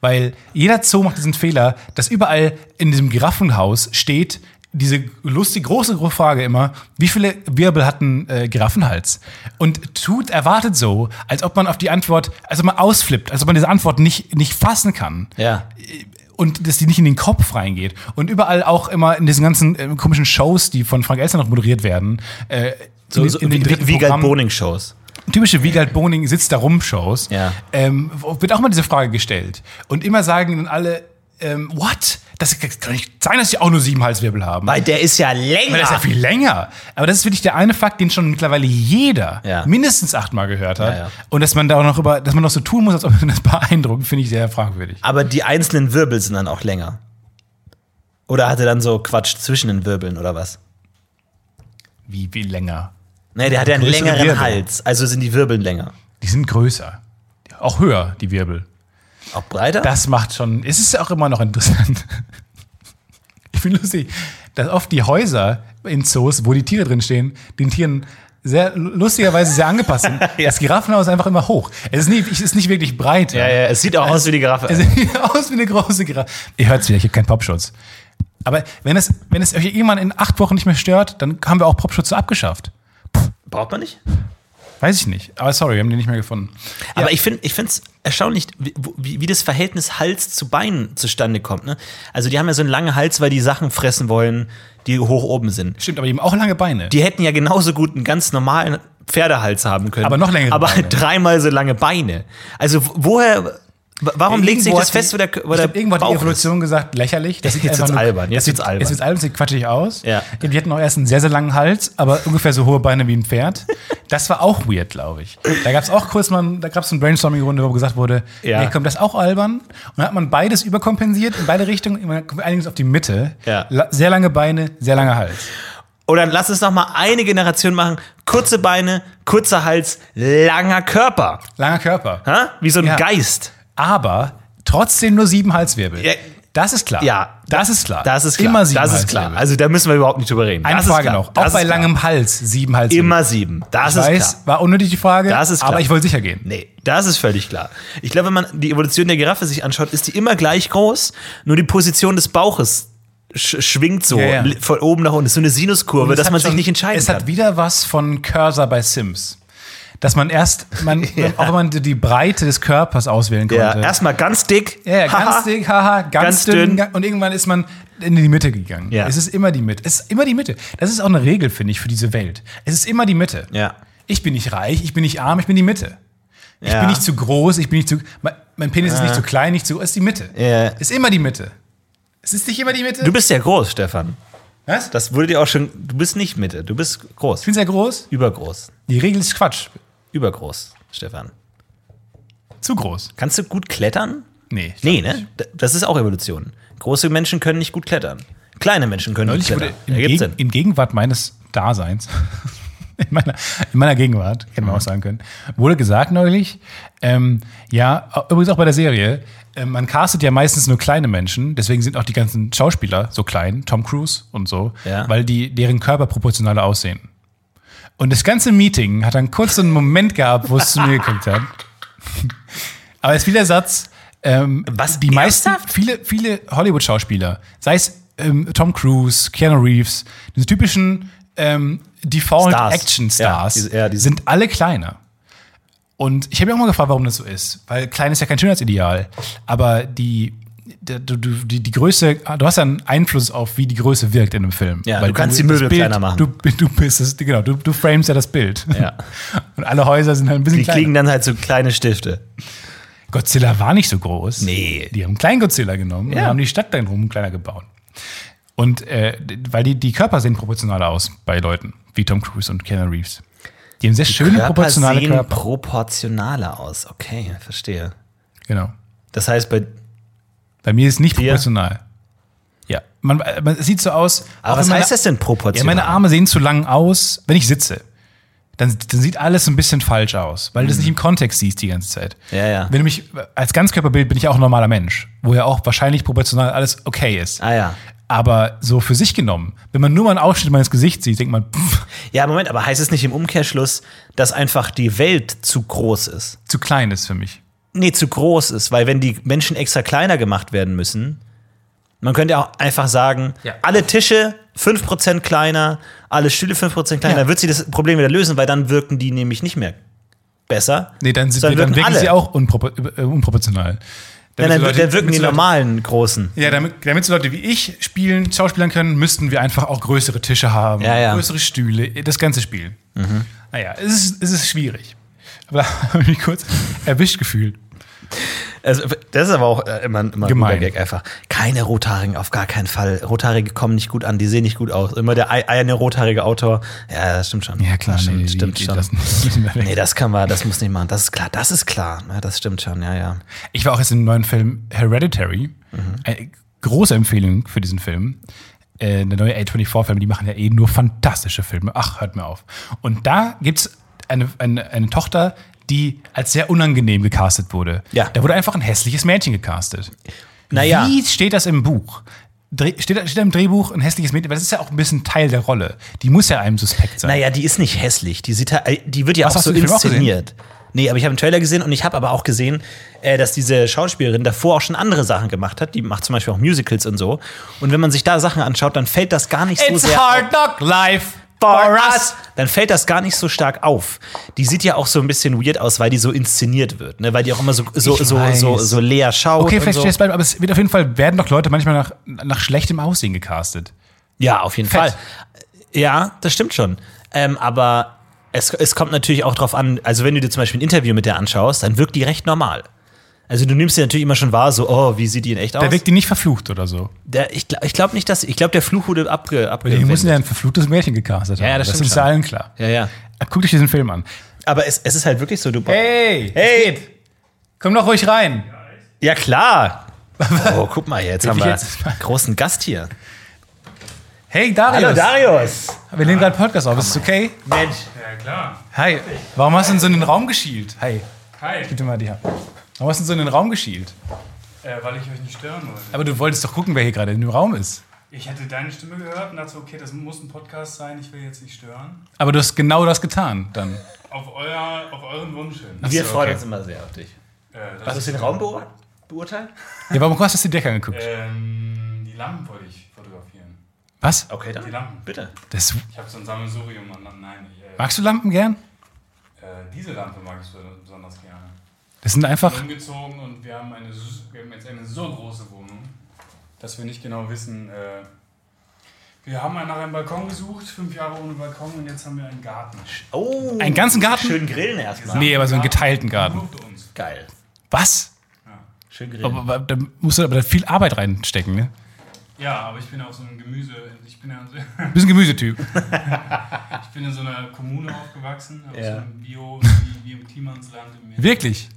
[SPEAKER 2] Weil jeder Zoo macht diesen Fehler, dass überall in diesem Giraffenhaus steht, diese lustig große gro- Frage immer, wie viele Wirbel hat ein äh, Giraffenhals? Und tut erwartet so, als ob man auf die Antwort, als ob man ausflippt, als ob man diese Antwort nicht, nicht fassen kann
[SPEAKER 3] ja.
[SPEAKER 2] und dass die nicht in den Kopf reingeht. Und überall auch immer in diesen ganzen äh, komischen Shows, die von Frank Elster noch moderiert werden, äh,
[SPEAKER 3] So, so, wie, wie,
[SPEAKER 2] dritten
[SPEAKER 3] wie
[SPEAKER 2] Programmen-
[SPEAKER 3] Boning-Shows.
[SPEAKER 2] typische Wiegald Boning sitzt da rum Shows,
[SPEAKER 3] Ja.
[SPEAKER 2] ähm, wird auch mal diese Frage gestellt. Und immer sagen dann alle, ähm, what? das kann nicht sein, dass die auch nur sieben Halswirbel haben.
[SPEAKER 3] Weil der ist ja länger.
[SPEAKER 2] Weil das ist ja viel länger. Aber das ist wirklich der eine Fakt, den schon mittlerweile jeder
[SPEAKER 3] Ja.
[SPEAKER 2] mindestens achtmal gehört hat.
[SPEAKER 3] Ja, ja.
[SPEAKER 2] Und dass man da auch noch über, dass man noch so tun muss, als ob man das beeindruckt, finde ich sehr fragwürdig.
[SPEAKER 3] Aber die einzelnen Wirbel sind dann auch länger. Oder hat er dann so Quatsch zwischen den Wirbeln oder was?
[SPEAKER 2] Wie, wie länger?
[SPEAKER 3] Nee, der hat ja einen
[SPEAKER 2] Größere
[SPEAKER 3] längeren
[SPEAKER 2] Wirbel.
[SPEAKER 3] Hals. Also sind die Wirbel länger.
[SPEAKER 2] Die sind größer. Auch höher, die Wirbel.
[SPEAKER 3] Auch breiter?
[SPEAKER 2] Das macht schon, es ist ja auch immer noch interessant. Ich finde lustig, dass oft die Häuser in Zoos, wo die Tiere drin stehen, den Tieren sehr lustigerweise sehr angepasst sind. Das Giraffenhaus ist einfach immer hoch. Es ist nicht, es ist nicht wirklich breit.
[SPEAKER 3] ja, ja, es sieht auch aus wie die Giraffe.
[SPEAKER 2] Es sieht aus wie eine große Giraffe. Ihr hört es wieder, ich habe keinen Popschutz. Aber wenn es, wenn es euch irgendwann in acht Wochen nicht mehr stört, dann haben wir auch Popschutz so abgeschafft.
[SPEAKER 3] Braucht man nicht?
[SPEAKER 2] Weiß ich nicht. Aber sorry, wir haben den nicht mehr gefunden.
[SPEAKER 3] Aber ich finde ich es erstaunlich, wie, wie, wie das Verhältnis Hals zu Beinen zustande kommt. Ne? Also die haben ja so einen langen Hals, weil die Sachen fressen wollen, die hoch oben sind.
[SPEAKER 2] Stimmt, aber eben auch lange Beine.
[SPEAKER 3] Die hätten ja genauso gut einen ganz normalen Pferdehals haben können.
[SPEAKER 2] Aber noch längere
[SPEAKER 3] Aber
[SPEAKER 2] Beine.
[SPEAKER 3] dreimal so lange Beine. Also wo- woher, w- warum legt sich
[SPEAKER 2] Irgendwo
[SPEAKER 3] das
[SPEAKER 2] hat
[SPEAKER 3] fest,
[SPEAKER 2] die-
[SPEAKER 3] wo der,
[SPEAKER 2] ich
[SPEAKER 3] wo der
[SPEAKER 2] glaub, irgendwo hat die
[SPEAKER 3] Bauch ist?
[SPEAKER 2] Evolution gesagt, lächerlich. Das
[SPEAKER 3] Jetzt wird's albern, jetzt wird's albern.
[SPEAKER 2] Jetzt wird's albern, sieht quatschig aus.
[SPEAKER 3] Ja.
[SPEAKER 2] Die hatten auch erst einen sehr, sehr langen Hals, aber ungefähr so hohe Beine wie ein Pferd. Das war auch weird, glaube ich. Da gab es auch kurz mal, da gab es eine Brainstorming-Runde, wo gesagt wurde,
[SPEAKER 3] Ja.
[SPEAKER 2] nee, kommt das auch albern? Und dann hat man beides überkompensiert, in beide Richtungen, man kommt einiges auf die Mitte.
[SPEAKER 3] Ja.
[SPEAKER 2] La- Sehr lange Beine, sehr langer Hals.
[SPEAKER 3] Oder lass es noch mal eine Generation machen. Kurze Beine, kurzer Hals, langer Körper.
[SPEAKER 2] Langer Körper.
[SPEAKER 3] Ha? Wie so ein
[SPEAKER 2] Ja.
[SPEAKER 3] Geist.
[SPEAKER 2] Aber trotzdem nur sieben Halswirbel.
[SPEAKER 3] Ja.
[SPEAKER 2] Das ist klar.
[SPEAKER 3] Ja.
[SPEAKER 2] Das ist klar.
[SPEAKER 3] Das ist klar.
[SPEAKER 2] Immer sieben
[SPEAKER 3] das ist klar.
[SPEAKER 2] Halswirbel.
[SPEAKER 3] Also da müssen wir überhaupt nicht drüber reden.
[SPEAKER 2] Eine
[SPEAKER 3] das
[SPEAKER 2] Frage
[SPEAKER 3] ist klar.
[SPEAKER 2] noch.
[SPEAKER 3] Das
[SPEAKER 2] Auch bei
[SPEAKER 3] ist klar.
[SPEAKER 2] langem Hals sieben Halswirbel.
[SPEAKER 3] Immer sieben. Das
[SPEAKER 2] Ich
[SPEAKER 3] ist
[SPEAKER 2] weiß,
[SPEAKER 3] klar.
[SPEAKER 2] war unnötig die Frage,
[SPEAKER 3] Das ist klar.
[SPEAKER 2] aber ich wollte sicher gehen.
[SPEAKER 3] Nee, das ist völlig klar. Ich glaube, wenn man die Evolution der Giraffe sich anschaut, ist die immer gleich groß, nur die Position des Bauches sch schwingt so
[SPEAKER 2] Ja, ja.
[SPEAKER 3] li- von oben nach unten. Das ist so eine Sinuskurve,
[SPEAKER 2] Es
[SPEAKER 3] dass
[SPEAKER 2] hat
[SPEAKER 3] man sich
[SPEAKER 2] schon-
[SPEAKER 3] nicht entscheiden
[SPEAKER 2] Es
[SPEAKER 3] kann.
[SPEAKER 2] hat wieder was von Cursor bei Sims. Dass man erst, man, auch wenn man die- die Breite des Körpers auswählen konnte.
[SPEAKER 3] Ja, erstmal ganz dick.
[SPEAKER 2] Ja, ja, ganz
[SPEAKER 3] haha.
[SPEAKER 2] dick, haha, ganz,
[SPEAKER 3] Ganz dünn.
[SPEAKER 2] dünn. ga- Und irgendwann ist man in die Mitte gegangen.
[SPEAKER 3] Ja.
[SPEAKER 2] Es ist immer die Mitte. Es ist immer die Mitte. Das ist auch eine Regel, finde ich, für diese Welt. Es ist immer die Mitte.
[SPEAKER 3] Ja.
[SPEAKER 2] Ich bin nicht reich, ich bin nicht arm, ich bin die Mitte. Ich bin nicht zu groß, ich bin nicht zu. Mein, mein Penis ist nicht zu klein, nicht zu. Es ist die Mitte.
[SPEAKER 3] Ja.
[SPEAKER 2] Ist immer die Mitte. Es ist nicht immer die Mitte.
[SPEAKER 3] Du bist ja groß, Stefan.
[SPEAKER 2] Was?
[SPEAKER 3] Das wurde dir auch schon. Du bist nicht Mitte, du bist
[SPEAKER 2] Ich
[SPEAKER 3] groß.
[SPEAKER 2] bin sehr groß.
[SPEAKER 3] Übergroß.
[SPEAKER 2] Die Regel ist Quatsch.
[SPEAKER 3] Übergroß, Stefan.
[SPEAKER 2] Zu groß.
[SPEAKER 3] Kannst du gut klettern?
[SPEAKER 2] Nee.
[SPEAKER 3] Nee, ne? D- Das ist auch Evolution. Große Menschen können nicht gut klettern. Kleine Menschen können nicht
[SPEAKER 2] Neulich
[SPEAKER 3] klettern.
[SPEAKER 2] wurde in,
[SPEAKER 3] Ergibt
[SPEAKER 2] Geg
[SPEAKER 3] Sinn.
[SPEAKER 2] in Gegenwart meines Daseins, in meiner, in meiner Gegenwart, hätte
[SPEAKER 3] Mhm.
[SPEAKER 2] man auch sagen können, wurde gesagt neulich, ähm, ja, übrigens auch bei der Serie, ähm, man castet ja meistens nur kleine Menschen, deswegen sind auch die ganzen Schauspieler so klein, Tom Cruise und so,
[SPEAKER 3] Ja.
[SPEAKER 2] weil die deren Körper proportionaler aussehen. Und das ganze Meeting hat dann kurz so einen Moment gehabt, wo es zu mir geguckt hat. Aber es ist wieder Satz, ähm,
[SPEAKER 3] Was,
[SPEAKER 2] die meisten,
[SPEAKER 3] ernsthaft?
[SPEAKER 2] viele, viele Hollywood-Schauspieler, sei es ähm, Tom Cruise, Keanu Reeves, diese typischen ähm,
[SPEAKER 3] Stars. Ja,
[SPEAKER 2] Default-Action-Stars,
[SPEAKER 3] diese- ja, diese-
[SPEAKER 2] sind alle kleiner. Und ich habe mich auch mal gefragt, warum das so ist. Weil klein ist ja kein Schönheitsideal. Aber die, die, die, die Größe, ah, du hast ja einen Einfluss auf, wie die Größe wirkt in einem Film.
[SPEAKER 3] Ja,
[SPEAKER 2] Weil
[SPEAKER 3] du kannst die
[SPEAKER 2] das
[SPEAKER 3] Möbel
[SPEAKER 2] Bild,
[SPEAKER 3] kleiner machen.
[SPEAKER 2] Du, du bist es, genau, du, du framest ja das Bild.
[SPEAKER 3] Ja.
[SPEAKER 2] Und alle Häuser sind halt ein bisschen
[SPEAKER 3] Die
[SPEAKER 2] kleiner.
[SPEAKER 3] kriegen dann halt so kleine Stifte.
[SPEAKER 2] Godzilla war nicht so groß.
[SPEAKER 3] Nee.
[SPEAKER 2] Die haben kleinen Godzilla genommen
[SPEAKER 3] Ja.
[SPEAKER 2] und haben die Stadt dann rum kleiner gebaut. Und äh, d- weil die, die Körper sehen proportional aus bei Leuten wie Tom Cruise und Keanu Reeves. Die haben sehr schöne proportionale
[SPEAKER 3] sehen
[SPEAKER 2] Körper.
[SPEAKER 3] proportionaler aus. Okay, verstehe.
[SPEAKER 2] Genau.
[SPEAKER 3] Das heißt bei
[SPEAKER 2] Bei mir ist nicht
[SPEAKER 3] Dir?
[SPEAKER 2] proportional. Ja. Man, äh, man es sieht so aus.
[SPEAKER 3] Aber
[SPEAKER 2] auch
[SPEAKER 3] was
[SPEAKER 2] wenn
[SPEAKER 3] heißt das denn
[SPEAKER 2] Ja,
[SPEAKER 3] proportional?
[SPEAKER 2] meine Arme sehen zu lang aus, wenn ich sitze. Dann, dann sieht alles ein bisschen falsch aus, weil du das nicht im Kontext siehst die ganze Zeit.
[SPEAKER 3] Mhm. Ja, ja.
[SPEAKER 2] Wenn du mich als Ganzkörperbild bin ich ja auch ein normaler Mensch, wo ja auch wahrscheinlich proportional alles okay ist.
[SPEAKER 3] Ah ja.
[SPEAKER 2] Aber so für sich genommen, wenn man nur mal einen Ausschnitt meines Gesichts sieht, denkt man, pff,
[SPEAKER 3] Ja, Moment, aber heißt es nicht im Umkehrschluss, dass einfach die Welt zu groß ist?
[SPEAKER 2] zu klein ist für mich.
[SPEAKER 3] Nee, zu groß ist, weil wenn die Menschen extra kleiner gemacht werden müssen, man könnte auch einfach sagen,
[SPEAKER 2] Ja.
[SPEAKER 3] alle Tische 5% kleiner, alle Stühle 5% kleiner, dann wird sie das Problem wieder lösen, weil dann wirken die nämlich nicht mehr besser.
[SPEAKER 2] Nee, dann, sind,
[SPEAKER 3] Sondern
[SPEAKER 2] wir- dann
[SPEAKER 3] wirken
[SPEAKER 2] wirken
[SPEAKER 3] alle.
[SPEAKER 2] sie auch unpropor äh, unproportional.
[SPEAKER 3] Nein, dann,
[SPEAKER 2] so Leute-
[SPEAKER 3] dann wirken die
[SPEAKER 2] so Leute-
[SPEAKER 3] normalen Großen.
[SPEAKER 2] Ja, damit, damit so Leute wie ich spielen, schauspielern können, müssten wir einfach auch größere Tische haben,
[SPEAKER 3] Ja, Mhm. ja.
[SPEAKER 2] größere Stühle, das ganze Spiel. Naja, es ist, es ist schwierig. Aber da habe ich mich kurz erwischt gefühlt.
[SPEAKER 3] Also, das ist aber auch äh, immer, immer ein
[SPEAKER 2] Gemein.
[SPEAKER 3] guter Gag einfach. Keine Rothaarigen, auf gar keinen Fall. Rothaarige kommen nicht gut an, die sehen nicht gut aus. Immer der ei- eine rothaarige Autor. Ja, das stimmt schon. stimmt,
[SPEAKER 2] nee, die-
[SPEAKER 3] stimmt
[SPEAKER 2] die
[SPEAKER 3] schon.
[SPEAKER 2] lassen- die müssen wir weg.
[SPEAKER 3] nee, das kann man, das muss nicht machen. Das ist klar, das ist klar. Ja, das stimmt schon, ja, ja.
[SPEAKER 2] Ich war auch jetzt im neuen Film Hereditary.
[SPEAKER 3] Mhm.
[SPEAKER 2] Eine große Empfehlung für diesen Film. Äh, der neue A24-Film, die machen ja eh nur fantastische Filme. Ach, hört mir auf. Und da gibt's eine, eine, eine Tochter, die als sehr unangenehm gecastet wurde.
[SPEAKER 3] Ja.
[SPEAKER 2] Da wurde einfach ein hässliches Mädchen gecastet.
[SPEAKER 3] Naja.
[SPEAKER 2] Wie steht das im Buch? Dreh, steht, da- steht da im Drehbuch ein hässliches Mädchen, weil das ist ja auch ein bisschen Teil der Rolle. Die muss ja einem suspekt sein.
[SPEAKER 3] Naja, die ist nicht hässlich. Die, sieht, halt- äh, die wird ja
[SPEAKER 2] Was,
[SPEAKER 3] auch
[SPEAKER 2] hast
[SPEAKER 3] so
[SPEAKER 2] du den Film auch
[SPEAKER 3] inszeniert. nee, aber ich habe einen Trailer gesehen und ich habe aber auch gesehen, äh, dass diese Schauspielerin davor auch schon andere Sachen gemacht hat. Die macht zum Beispiel auch Musicals und so. Und wenn man sich da Sachen anschaut, dann fällt das gar nicht so
[SPEAKER 2] It's
[SPEAKER 3] sehr
[SPEAKER 2] hard knock life
[SPEAKER 3] for us, dann fällt das gar nicht so stark auf. Die sieht ja auch so ein bisschen weird aus, weil die so inszeniert wird, ne? weil die auch immer so, so,
[SPEAKER 2] Ich
[SPEAKER 3] so, so,
[SPEAKER 2] weiß.
[SPEAKER 3] so leer schaut.
[SPEAKER 2] Okay,
[SPEAKER 3] und
[SPEAKER 2] vielleicht
[SPEAKER 3] so.
[SPEAKER 2] stehst du bleiben, aber es wird auf jeden Fall, werden doch Leute manchmal nach, nach schlechtem Aussehen gecastet.
[SPEAKER 3] Ja, auf jeden
[SPEAKER 2] Fett.
[SPEAKER 3] Fall. Ja, das stimmt schon. Ähm, aber es, es kommt natürlich auch drauf an, also wenn du dir zum Beispiel ein Interview mit der anschaust, dann wirkt die recht normal. Also du nimmst dir natürlich immer schon wahr, so, oh, wie sieht die in echt aus?
[SPEAKER 2] Da wirkt die nicht verflucht oder so.
[SPEAKER 3] Der, ich glaube glaub nicht, dass, ich glaube, der Fluch wurde abge,
[SPEAKER 2] Die müssen
[SPEAKER 3] abgewendet.
[SPEAKER 2] ja ein verfluchtes Mädchen gecastet haben.
[SPEAKER 3] ja, das stimmt
[SPEAKER 2] ist
[SPEAKER 3] schon.
[SPEAKER 2] allen klar.
[SPEAKER 3] Ja, ja.
[SPEAKER 2] Guck dich diesen Film an.
[SPEAKER 3] Aber es, es ist halt wirklich so, du
[SPEAKER 2] Hey!
[SPEAKER 3] Hey!
[SPEAKER 2] Komm doch ruhig rein!
[SPEAKER 3] Ja, klar! Oh, guck mal, jetzt haben
[SPEAKER 2] ich
[SPEAKER 3] wir
[SPEAKER 2] jetzt-
[SPEAKER 3] einen großen Gast hier.
[SPEAKER 2] Hey, Darius!
[SPEAKER 3] Darius!
[SPEAKER 2] Wir nehmen gerade Podcast auf, ist es okay?
[SPEAKER 3] Mensch,
[SPEAKER 4] Ja, klar.
[SPEAKER 2] Hi, warum hast du denn so in den Raum geschielt? Hi,
[SPEAKER 4] Hi.
[SPEAKER 2] gib dir mal die Hand. Warum hast du denn so in den Raum geschielt?
[SPEAKER 4] Äh, weil ich euch nicht stören wollte.
[SPEAKER 2] Aber du wolltest doch gucken, wer hier gerade in dem Raum ist.
[SPEAKER 4] Ich hätte deine Stimme gehört und dachte, so, okay, das muss ein Podcast sein, ich will jetzt nicht stören.
[SPEAKER 2] Aber du hast genau das getan dann.
[SPEAKER 4] Auf, euer, auf euren Wunsch hin.
[SPEAKER 3] wir
[SPEAKER 2] so,
[SPEAKER 3] freuen
[SPEAKER 2] okay.
[SPEAKER 3] uns immer sehr auf dich.
[SPEAKER 4] Äh, das
[SPEAKER 3] Hast du den Raum beurteilt? beurteilt?
[SPEAKER 2] Ja, warum hast du die Decke angeguckt?
[SPEAKER 4] ähm, die Lampen wollte ich fotografieren.
[SPEAKER 2] Was?
[SPEAKER 3] Okay, dann.
[SPEAKER 4] Die Lampen.
[SPEAKER 3] Bitte.
[SPEAKER 2] Das,
[SPEAKER 4] Ich habe so ein Sammelsurium und dann, nein, ich, äh,
[SPEAKER 2] magst du Lampen gern?
[SPEAKER 4] äh, diese Lampe mag ich so besonders gerne.
[SPEAKER 2] Das sind
[SPEAKER 4] Ich
[SPEAKER 2] einfach.
[SPEAKER 4] bin umgezogen und wir haben, eine, so- wir haben jetzt eine so große Wohnung, dass wir nicht genau wissen, äh, wir haben nach einem Balkon gesucht, fünf Jahre ohne Balkon und jetzt haben wir einen Garten.
[SPEAKER 3] Oh,
[SPEAKER 2] Einen ganzen Garten?
[SPEAKER 3] Schön grillen erstmal.
[SPEAKER 2] Nee, aber so einen geteilten Garten.
[SPEAKER 4] Nur für uns.
[SPEAKER 3] Geil.
[SPEAKER 2] Was?
[SPEAKER 3] Schön grillen.
[SPEAKER 2] Aber, aber, da musst du aber da viel Arbeit reinstecken, ne?
[SPEAKER 4] Ja, aber ich bin auch so ein Gemüse. Ich bin ja,
[SPEAKER 2] Du bist ein Gemüsetyp.
[SPEAKER 4] ich bin in so einer Kommune aufgewachsen, aus
[SPEAKER 3] Ja.
[SPEAKER 4] so einem Bio, wie, wie im Klimansland. In mir.
[SPEAKER 2] Wirklich?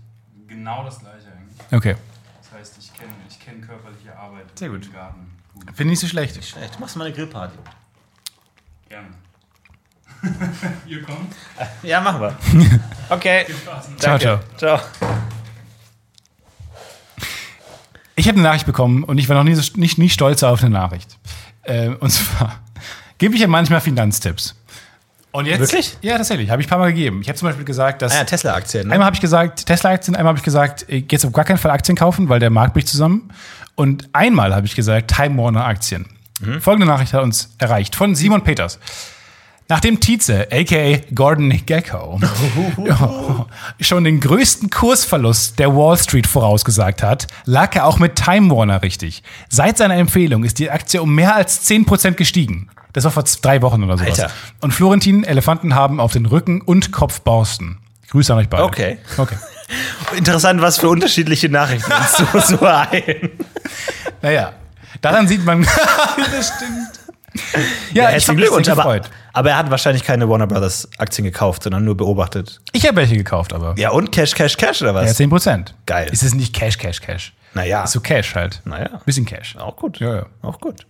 [SPEAKER 4] Genau das gleiche eigentlich.
[SPEAKER 2] Okay.
[SPEAKER 4] Das heißt, ich kenne ich kenn körperliche Arbeit
[SPEAKER 2] Sehr gut.
[SPEAKER 4] im Garten. Gut,
[SPEAKER 2] Finde ich nicht so schlecht.
[SPEAKER 3] Schlecht. Du machst mal eine Grillparty.
[SPEAKER 4] gerne. Ihr kommt.
[SPEAKER 3] Ja, machen wir. Okay.
[SPEAKER 2] Ciao, ciao.
[SPEAKER 3] Ciao.
[SPEAKER 2] Ich habe eine Nachricht bekommen und ich war noch nie, so, nicht, nie stolzer auf eine Nachricht. Äh, und zwar gebe ich ja manchmal Finanztipps. Und jetzt,
[SPEAKER 3] Wirklich?
[SPEAKER 2] Ja, tatsächlich. Habe ich ein paar Mal gegeben. Ich habe zum Beispiel gesagt, dass.
[SPEAKER 3] Ah ja, Tesla-Aktien, ne?
[SPEAKER 2] Einmal habe ich gesagt, Tesla-Aktien, einmal habe ich gesagt, äh, jetzt auf gar keinen Fall Aktien kaufen, weil der Markt bricht zusammen. Und einmal habe ich gesagt, Time Warner Aktien.
[SPEAKER 3] Mhm.
[SPEAKER 2] Folgende Nachricht hat uns erreicht von Simon Peters. Nachdem Tietze, a.k.a. Gordon Gecko, schon den größten Kursverlust der Wall Street vorausgesagt hat, lag er auch mit Time Warner richtig. Seit seiner Empfehlung ist die Aktie um mehr als 10% gestiegen. Das war vor z- drei Wochen oder sowas.
[SPEAKER 3] Alter.
[SPEAKER 2] Und Florentin, Elefanten haben auf den Rücken und Kopf Borsten. Grüße an euch beide.
[SPEAKER 3] Okay.
[SPEAKER 2] Okay.
[SPEAKER 3] Interessant, was für unterschiedliche Nachrichten uns so, so ein.
[SPEAKER 2] Naja, daran sieht man. das stimmt. Ja, ich hab
[SPEAKER 3] Herzlichen
[SPEAKER 2] mich
[SPEAKER 3] Glückwunsch.
[SPEAKER 2] sehr
[SPEAKER 3] Aber,
[SPEAKER 2] gefreut.
[SPEAKER 3] aber er hat wahrscheinlich keine Warner Brothers Aktien gekauft, sondern nur beobachtet.
[SPEAKER 2] Ich habe welche gekauft, aber.
[SPEAKER 3] Ja, und Cash, Cash, Cash oder
[SPEAKER 2] Ja,
[SPEAKER 3] was?
[SPEAKER 2] 10 Prozent.
[SPEAKER 3] Geil.
[SPEAKER 2] Ist es nicht Cash, Cash, Cash?
[SPEAKER 3] Naja.
[SPEAKER 2] Ist so Cash halt.
[SPEAKER 3] Naja.
[SPEAKER 2] Bisschen Cash.
[SPEAKER 3] Auch gut.
[SPEAKER 2] Ja, ja.
[SPEAKER 3] Auch gut.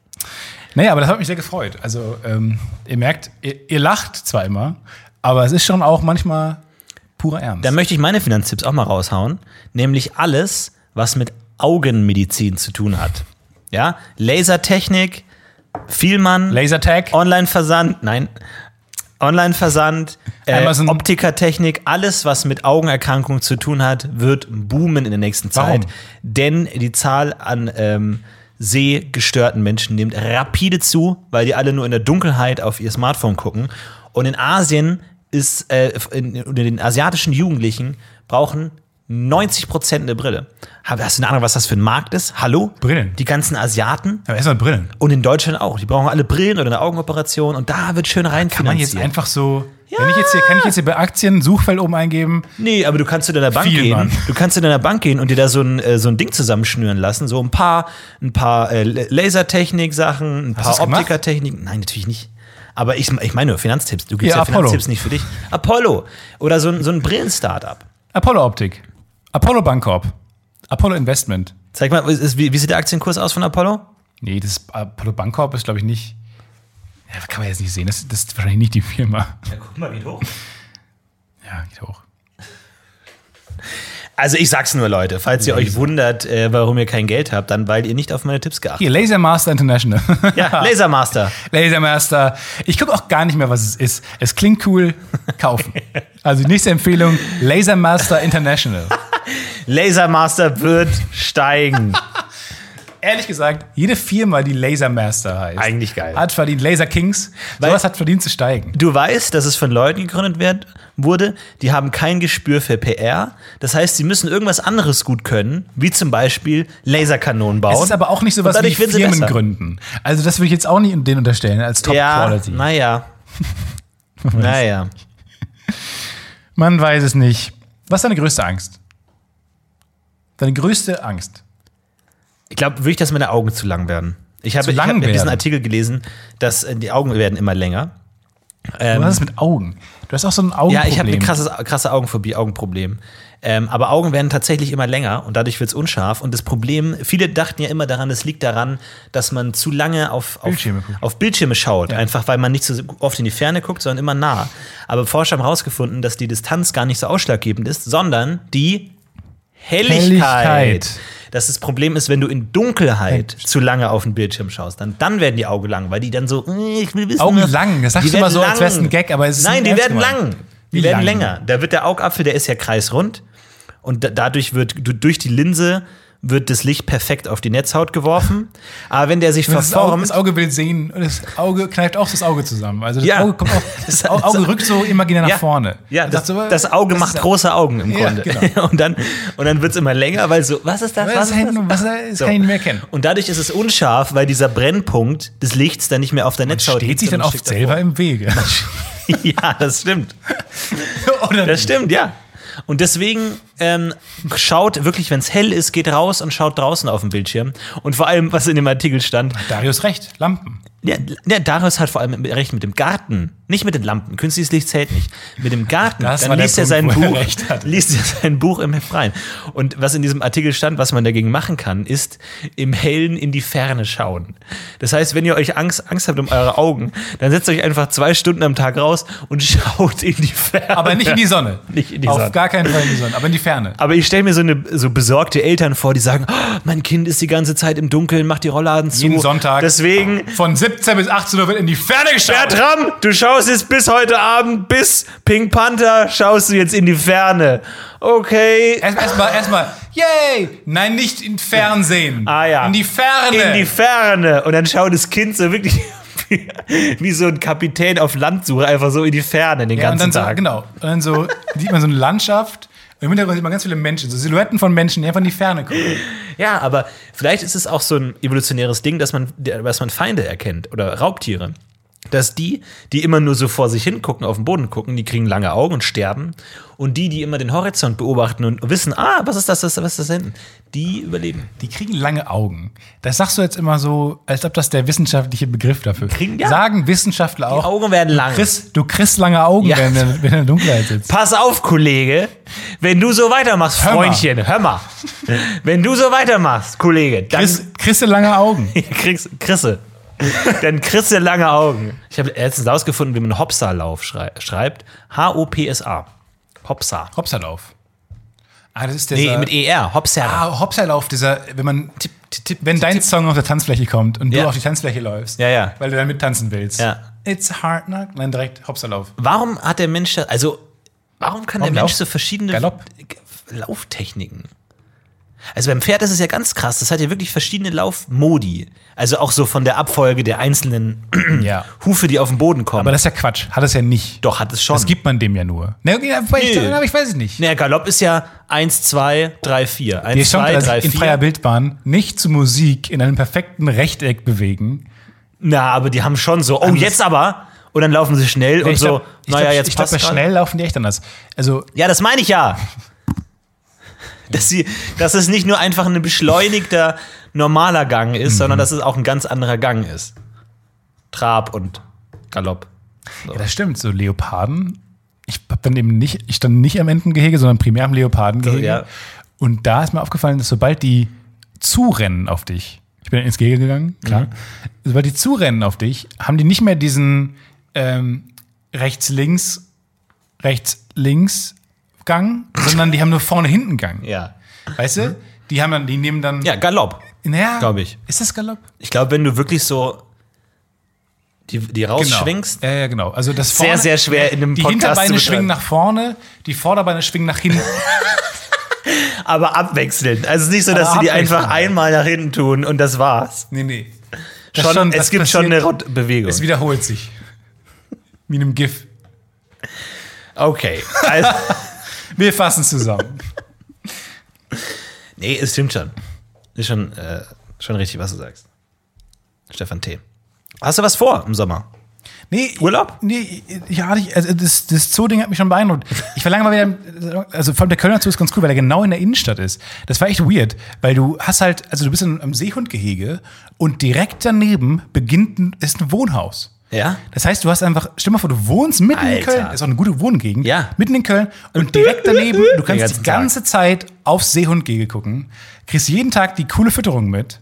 [SPEAKER 2] Naja, aber das hat mich sehr gefreut. Also, ähm, ihr merkt, ihr, ihr lacht zwar immer, aber es ist schon auch manchmal purer Ernst.
[SPEAKER 3] Dann möchte ich meine Finanztipps auch mal raushauen, nämlich alles, was mit Augenmedizin zu tun hat. Ja, Lasertechnik, Vielmann,
[SPEAKER 2] Lasertag.
[SPEAKER 3] Oh. Online-Versand, nein, Online-Versand, äh,
[SPEAKER 2] Amazon.
[SPEAKER 3] Optikertechnik, alles, was mit Augenerkrankungen zu tun hat, wird boomen in der nächsten
[SPEAKER 2] Warum?
[SPEAKER 3] Zeit. Denn die Zahl an ähm, sehgestörten Menschen nimmt rapide zu, weil die alle nur in der Dunkelheit auf ihr Smartphone gucken. Und in Asien ist, äh, in, unter den asiatischen Jugendlichen brauchen 90 Prozent eine Brille. Hab- Hast du eine Ahnung, was das für ein Markt ist? Hallo?
[SPEAKER 2] Brillen.
[SPEAKER 3] Die ganzen Asiaten
[SPEAKER 2] aber erstmal Brillen.
[SPEAKER 3] und in Deutschland auch. Die brauchen alle Brillen oder eine Augenoperation und da wird schön rein
[SPEAKER 2] Kann man jetzt einfach so Wenn ich jetzt hier, kann ich jetzt hier bei Aktien Suchfeld oben eingeben?
[SPEAKER 3] Nee, aber du kannst zu deiner Bank
[SPEAKER 2] Viel,
[SPEAKER 3] gehen.
[SPEAKER 2] Mann.
[SPEAKER 3] Du kannst zu deiner Bank gehen und dir da so ein, äh, so ein Ding zusammenschnüren lassen. So ein paar, ein paar äh, Lasertechnik-Sachen, ein
[SPEAKER 2] du's
[SPEAKER 3] paar
[SPEAKER 2] gemacht?
[SPEAKER 3] Optikertechnik. Nein, natürlich nicht. Aber ich, ich meine nur Finanztipps. Du gibst
[SPEAKER 2] Ja,
[SPEAKER 3] ja,
[SPEAKER 2] Apollo.
[SPEAKER 3] Finanztipps nicht für dich. Apollo. Oder so ein, so ein Brillen-Startup.
[SPEAKER 2] Apollo Optik. Apollo Bancorp. Apollo Investment.
[SPEAKER 3] Zeig mal, ist, wie, wie sieht der Aktienkurs aus von Apollo?
[SPEAKER 2] Nee, das äh, Apollo Bancorp ist, glaube ich, nicht. Ja, kann man jetzt nicht sehen. Das, das ist wahrscheinlich nicht die Firma.
[SPEAKER 3] Ja, guck mal, wie hoch.
[SPEAKER 2] Ja, geht hoch.
[SPEAKER 3] Also ich sag's nur, Leute, falls ihr euch wundert, äh, warum ihr kein Geld habt, dann weil ihr nicht auf meine Tipps geachtet
[SPEAKER 2] Hier, Lasermaster International.
[SPEAKER 3] habt. Ja, Lasermaster.
[SPEAKER 2] Lasermaster. Ich gucke auch gar nicht mehr, was es ist. Es klingt cool. Kaufen. Also die nächste Empfehlung: Lasermaster International.
[SPEAKER 3] Lasermaster wird steigen.
[SPEAKER 2] Ehrlich gesagt, jede Firma, die Lasermaster heißt,
[SPEAKER 3] Eigentlich geil.
[SPEAKER 2] hat verdient. Laser Kings.
[SPEAKER 3] Weil-
[SPEAKER 2] sowas hat verdient zu steigen.
[SPEAKER 3] Du weißt, dass es von Leuten gegründet werd, wurde, die haben kein Gespür für PR. Das heißt, sie müssen irgendwas anderes gut können, wie zum Beispiel Laserkanonen bauen.
[SPEAKER 2] Es ist aber auch nicht so was
[SPEAKER 3] Und
[SPEAKER 2] wie
[SPEAKER 3] dadurch werden sie
[SPEAKER 2] Firmen
[SPEAKER 3] besser.
[SPEAKER 2] gründen. Also das würde ich jetzt auch nicht denen unterstellen als Top
[SPEAKER 3] Ja,
[SPEAKER 2] Quality.
[SPEAKER 3] naja. naja.
[SPEAKER 2] Man weiß es nicht. Was ist deine größte Angst? Deine größte Angst.
[SPEAKER 3] Ich glaube wirklich, dass meine Augen zu lang werden. Ich habe,
[SPEAKER 2] Zu
[SPEAKER 3] ich
[SPEAKER 2] lang
[SPEAKER 3] habe diesen
[SPEAKER 2] werden?
[SPEAKER 3] Artikel gelesen, dass äh, die Augen werden immer länger. Ähm,
[SPEAKER 2] Was ist mit Augen? Du hast auch so ein Augenproblem.
[SPEAKER 3] Ja, ich habe eine krasse, krasse Augenphobie, Augenproblem. Ähm, aber Augen werden tatsächlich immer länger und dadurch wird's unscharf. Und das Problem, viele dachten ja immer daran, es liegt daran, dass man zu lange auf, auf,
[SPEAKER 2] Bildschirme guckt.
[SPEAKER 3] auf Bildschirme schaut. Einfach weil man nicht so oft in die Ferne guckt, sondern immer nah. Aber Forscher haben herausgefunden, dass die Distanz gar nicht so ausschlaggebend ist, sondern die Helligkeit.
[SPEAKER 2] Helligkeit.
[SPEAKER 3] Dass das Problem ist, wenn du in Dunkelheit zu lange auf den Bildschirm schaust, dann, dann werden die Augen lang, weil die dann so, "Äh, ich will wissen.
[SPEAKER 2] Augen
[SPEAKER 3] was-"
[SPEAKER 2] lang. Das sagst
[SPEAKER 3] Die
[SPEAKER 2] du immer
[SPEAKER 3] werden
[SPEAKER 2] so, als
[SPEAKER 3] lang.
[SPEAKER 2] wär's ein Gag, aber es ist
[SPEAKER 3] Nein,
[SPEAKER 2] nicht
[SPEAKER 3] die
[SPEAKER 2] ernst
[SPEAKER 3] werden
[SPEAKER 2] gemeint.
[SPEAKER 3] lang. Die
[SPEAKER 2] Wie
[SPEAKER 3] werden
[SPEAKER 2] lang?
[SPEAKER 3] länger. Da wird der Augapfel, der ist ja kreisrund. Und da, dadurch wird du- durch die Linse wird das Licht perfekt auf die Netzhaut geworfen. Aber wenn der sich
[SPEAKER 2] das Auge,
[SPEAKER 3] verformt,
[SPEAKER 2] das Auge will sehen und das Auge kneift auch das Auge zusammen. Also das
[SPEAKER 3] Ja.
[SPEAKER 2] Auge kommt auch, das
[SPEAKER 3] Das-
[SPEAKER 2] Au- Auge rückt so imaginär nach
[SPEAKER 3] ja,
[SPEAKER 2] vorne.
[SPEAKER 3] Ja,
[SPEAKER 2] Und
[SPEAKER 3] das,
[SPEAKER 2] sagt so,
[SPEAKER 3] das Auge
[SPEAKER 2] das
[SPEAKER 3] macht
[SPEAKER 2] ist-
[SPEAKER 3] große Augen im
[SPEAKER 2] Ja,
[SPEAKER 3] Grunde.
[SPEAKER 2] genau.
[SPEAKER 3] Und dann, und dann wird es immer länger, weil so, was ist das?
[SPEAKER 2] Was ist
[SPEAKER 3] ist
[SPEAKER 2] hinten und was ist- das kann ich nicht mehr erkennen.
[SPEAKER 3] Und dadurch ist es unscharf, weil dieser Brennpunkt des Lichts dann nicht mehr auf der Netzhaut
[SPEAKER 2] Steht
[SPEAKER 3] liegt,
[SPEAKER 2] sich dann
[SPEAKER 3] sondern
[SPEAKER 2] oft
[SPEAKER 3] ein Stück
[SPEAKER 2] selber im Wege.
[SPEAKER 3] davor. ja, das stimmt.
[SPEAKER 2] Oder
[SPEAKER 3] Das stimmt, ja. Und deswegen ähm, schaut wirklich, wenn es hell ist, geht raus und schaut draußen auf dem Bildschirm. Und vor allem, was in dem Artikel stand,
[SPEAKER 2] Darius recht, Lampen.
[SPEAKER 3] ja, ja, Darius hat vor allem mit- recht mit dem Garten, nicht mit den Lampen. Künstliches Licht zählt nicht. Mit dem Garten,
[SPEAKER 2] Das war
[SPEAKER 3] dann
[SPEAKER 2] der
[SPEAKER 3] liest er
[SPEAKER 2] Punkt,
[SPEAKER 3] sein
[SPEAKER 2] wo er
[SPEAKER 3] Buch,
[SPEAKER 2] recht hatte.
[SPEAKER 3] liest er sein Buch im Freien. Und was in diesem Artikel stand, was man dagegen machen kann, ist im Hellen in die Ferne schauen. Das heißt, wenn ihr euch Angst, Angst habt um eure Augen, dann setzt euch einfach zwei Stunden am Tag raus und schaut in die Ferne.
[SPEAKER 2] Aber nicht in die Sonne.
[SPEAKER 3] Nicht in die
[SPEAKER 2] Auf
[SPEAKER 3] Sonne.
[SPEAKER 2] gar keinen Fall in die Sonne, aber in die Ferne.
[SPEAKER 3] Aber ich stelle mir so eine so besorgte Eltern vor, die sagen, oh, mein Kind ist die ganze Zeit im Dunkeln, macht die Rollladen zu.
[SPEAKER 2] Jeden Sonntag.
[SPEAKER 3] Deswegen,
[SPEAKER 2] Von 17 bis 18 Uhr wird in die Ferne geschaut.
[SPEAKER 3] Bertram, du schaust jetzt bis heute Abend, bis Pink Panther, schaust du jetzt in die Ferne. Okay.
[SPEAKER 2] Erst- Erstmal, erstmal, yay! Nein, nicht in Fernsehen.
[SPEAKER 3] Ah ja.
[SPEAKER 2] In die Ferne.
[SPEAKER 3] In die Ferne. Und dann schaut das Kind so wirklich wie, wie so ein Kapitän auf Landsuche, einfach so in die Ferne den
[SPEAKER 2] ja, und
[SPEAKER 3] ganzen
[SPEAKER 2] dann so,
[SPEAKER 3] Tag.
[SPEAKER 2] genau. Und dann so sieht man so eine Landschaft. Und im Hintergrund sieht man ganz viele Menschen, so Silhouetten von Menschen, die einfach in die Ferne gucken.
[SPEAKER 3] Ja, aber vielleicht ist es auch so ein evolutionäres Ding, dass man, dass man Feinde erkennt oder Raubtiere. Dass die, die immer nur so vor sich hingucken, auf den Boden gucken, die kriegen lange Augen und sterben. Und die, die immer den Horizont beobachten und wissen, ah, was ist das, was ist das, was ist das hinten, die überleben.
[SPEAKER 2] Die kriegen lange Augen. Das sagst du jetzt immer so, als ob das der wissenschaftliche Begriff dafür
[SPEAKER 3] Kriegen- ja.
[SPEAKER 2] Sagen Wissenschaftler
[SPEAKER 3] Die
[SPEAKER 2] auch.
[SPEAKER 3] Augen werden lang.
[SPEAKER 2] Chris, du kriegst lange Augen,
[SPEAKER 3] Ja.
[SPEAKER 2] wenn, du- wenn du in der Dunkelheit sitzt.
[SPEAKER 3] Pass auf, Kollege, wenn du so weitermachst,
[SPEAKER 2] Hör mal.
[SPEAKER 3] Freundchen, hör mal. wenn du so weitermachst, Kollege, dann
[SPEAKER 2] Chris, kriegst du lange Augen.
[SPEAKER 3] kriegst, Chrisse. Dann kriegst du lange Augen. Ich habe letztens rausgefunden, wie man Hopsa-Lauf schrei schreibt. H-O-P-S-A. Hopsa.
[SPEAKER 2] Hopserlauf. halt Ah, das ist der.
[SPEAKER 3] Nee, mit ER. Hopsa.
[SPEAKER 2] Ah, Hopserlauf, dieser, wenn man,
[SPEAKER 3] tipp, tipp,
[SPEAKER 2] wenn dein Song auf der Tanzfläche kommt und
[SPEAKER 3] Ja.
[SPEAKER 2] du auf die Tanzfläche läufst,
[SPEAKER 3] Ja, ja.
[SPEAKER 2] weil du damit tanzen willst.
[SPEAKER 3] Ja.
[SPEAKER 2] It's a hard knock, nein, direkt halt Hopserlauf.
[SPEAKER 3] Warum hat der Mensch, da- also, warum kann
[SPEAKER 2] Warum
[SPEAKER 3] der Mensch
[SPEAKER 2] Lauf-
[SPEAKER 3] so verschiedene
[SPEAKER 2] Galopp?
[SPEAKER 3] Lauftechniken? Also beim Pferd ist es ja ganz krass. Das hat ja wirklich verschiedene Laufmodi. Also auch so von der Abfolge der einzelnen
[SPEAKER 2] Ja.
[SPEAKER 3] Hufe, die auf den Boden kommen.
[SPEAKER 2] Aber das ist ja Quatsch, hat es ja nicht.
[SPEAKER 3] Mhm. Doch, hat es schon.
[SPEAKER 2] Das gibt man dem ja nur. Na, okay, aber ich,
[SPEAKER 3] Nee.
[SPEAKER 2] aber ich weiß es nicht.
[SPEAKER 3] naja, Galopp ist ja 1, 2, 3, 4. 1,
[SPEAKER 2] Die Chance,
[SPEAKER 3] 2,
[SPEAKER 2] dass
[SPEAKER 3] 3,
[SPEAKER 2] sich also in freier
[SPEAKER 3] 4.
[SPEAKER 2] Wildbahn nicht zu Musik in einem perfekten Rechteck bewegen.
[SPEAKER 3] Na, aber die haben schon so, oh,
[SPEAKER 2] Haben das-
[SPEAKER 3] jetzt aber. und dann laufen sie schnell und
[SPEAKER 2] Ähm, ich
[SPEAKER 3] so,
[SPEAKER 2] glaub, ich
[SPEAKER 3] naja,
[SPEAKER 2] glaub,
[SPEAKER 3] jetzt
[SPEAKER 2] ich glaub,
[SPEAKER 3] passt
[SPEAKER 2] bei
[SPEAKER 3] grad.
[SPEAKER 2] schnell laufen die echt anders. Also,
[SPEAKER 3] Ja, das meine ich ja. Dass, sie, dass es nicht nur einfach ein beschleunigter, normaler Gang ist,
[SPEAKER 2] Mhm.
[SPEAKER 3] sondern dass es auch ein ganz anderer Gang ist. Trab und Galopp.
[SPEAKER 2] ja, das stimmt, so Leoparden. Ich hab dann eben nicht, ich stand nicht am Entengehege, sondern primär am Leopardengehege.
[SPEAKER 3] ja.
[SPEAKER 2] Und da ist mir aufgefallen, dass sobald die zurennen auf dich, ich bin ins Gehege gegangen, klar,
[SPEAKER 3] Mhm.
[SPEAKER 2] sobald die zurennen auf dich, haben die nicht mehr diesen ähm, rechts-links, rechts-links-Gang, sondern die haben nur vorne-hinten-Gang.
[SPEAKER 3] Ja.
[SPEAKER 2] Weißt du? Die haben dann, die nehmen dann.
[SPEAKER 3] Ja, Galopp.
[SPEAKER 2] naja,
[SPEAKER 3] glaub ich.
[SPEAKER 2] Ist das Galopp?
[SPEAKER 3] Ich glaube, wenn du wirklich so die, die rausschwingst,
[SPEAKER 2] Ja, ja, genau. Also das
[SPEAKER 3] Sehr, sehr schwer in einem
[SPEAKER 2] Genau. Die
[SPEAKER 3] Podcast zu
[SPEAKER 2] Hinterbeine
[SPEAKER 3] beschreiben.
[SPEAKER 2] schwingen nach vorne, die Vorderbeine schwingen nach hinten.
[SPEAKER 3] aber abwechselnd. Also es ist nicht so, dass
[SPEAKER 2] Aber
[SPEAKER 3] sie die
[SPEAKER 2] abwechselnd.
[SPEAKER 3] einfach einmal nach hinten tun und das war's.
[SPEAKER 2] nee, nee.
[SPEAKER 3] Schon,
[SPEAKER 2] das
[SPEAKER 3] es gibt schon eine
[SPEAKER 2] passiert-
[SPEAKER 3] Rot- Bewegung.
[SPEAKER 2] Es wiederholt sich. Wie in einem GIF.
[SPEAKER 3] Okay. Also,
[SPEAKER 2] Wir fassen zusammen.
[SPEAKER 3] nee, es stimmt schon. Ist schon, äh, schon richtig, was du sagst. Stefan T. Hast du was vor im Sommer?
[SPEAKER 2] Nee,
[SPEAKER 3] Urlaub?
[SPEAKER 2] Nee, ja, ich, also das, das Zoo-Ding hat mich schon beeindruckt. Ich verlange mal wieder, also vor allem der Kölner Zoo ist ganz cool, weil er genau in der Innenstadt ist. Das war echt weird, weil du hast halt, also du bist in, am Seehundgehege und direkt daneben beginnt ein, ist ein Wohnhaus.
[SPEAKER 3] Ja?
[SPEAKER 2] Das heißt, du hast einfach, stell dir mal vor, du wohnst mitten in
[SPEAKER 3] Alter.
[SPEAKER 2] Köln, ist auch eine gute Wohngegend,
[SPEAKER 3] Ja.
[SPEAKER 2] mitten in Köln und direkt daneben, du kannst
[SPEAKER 3] ganzen
[SPEAKER 2] die ganze Zeit aufs Seehundgehege gucken, kriegst jeden Tag die coole Fütterung mit.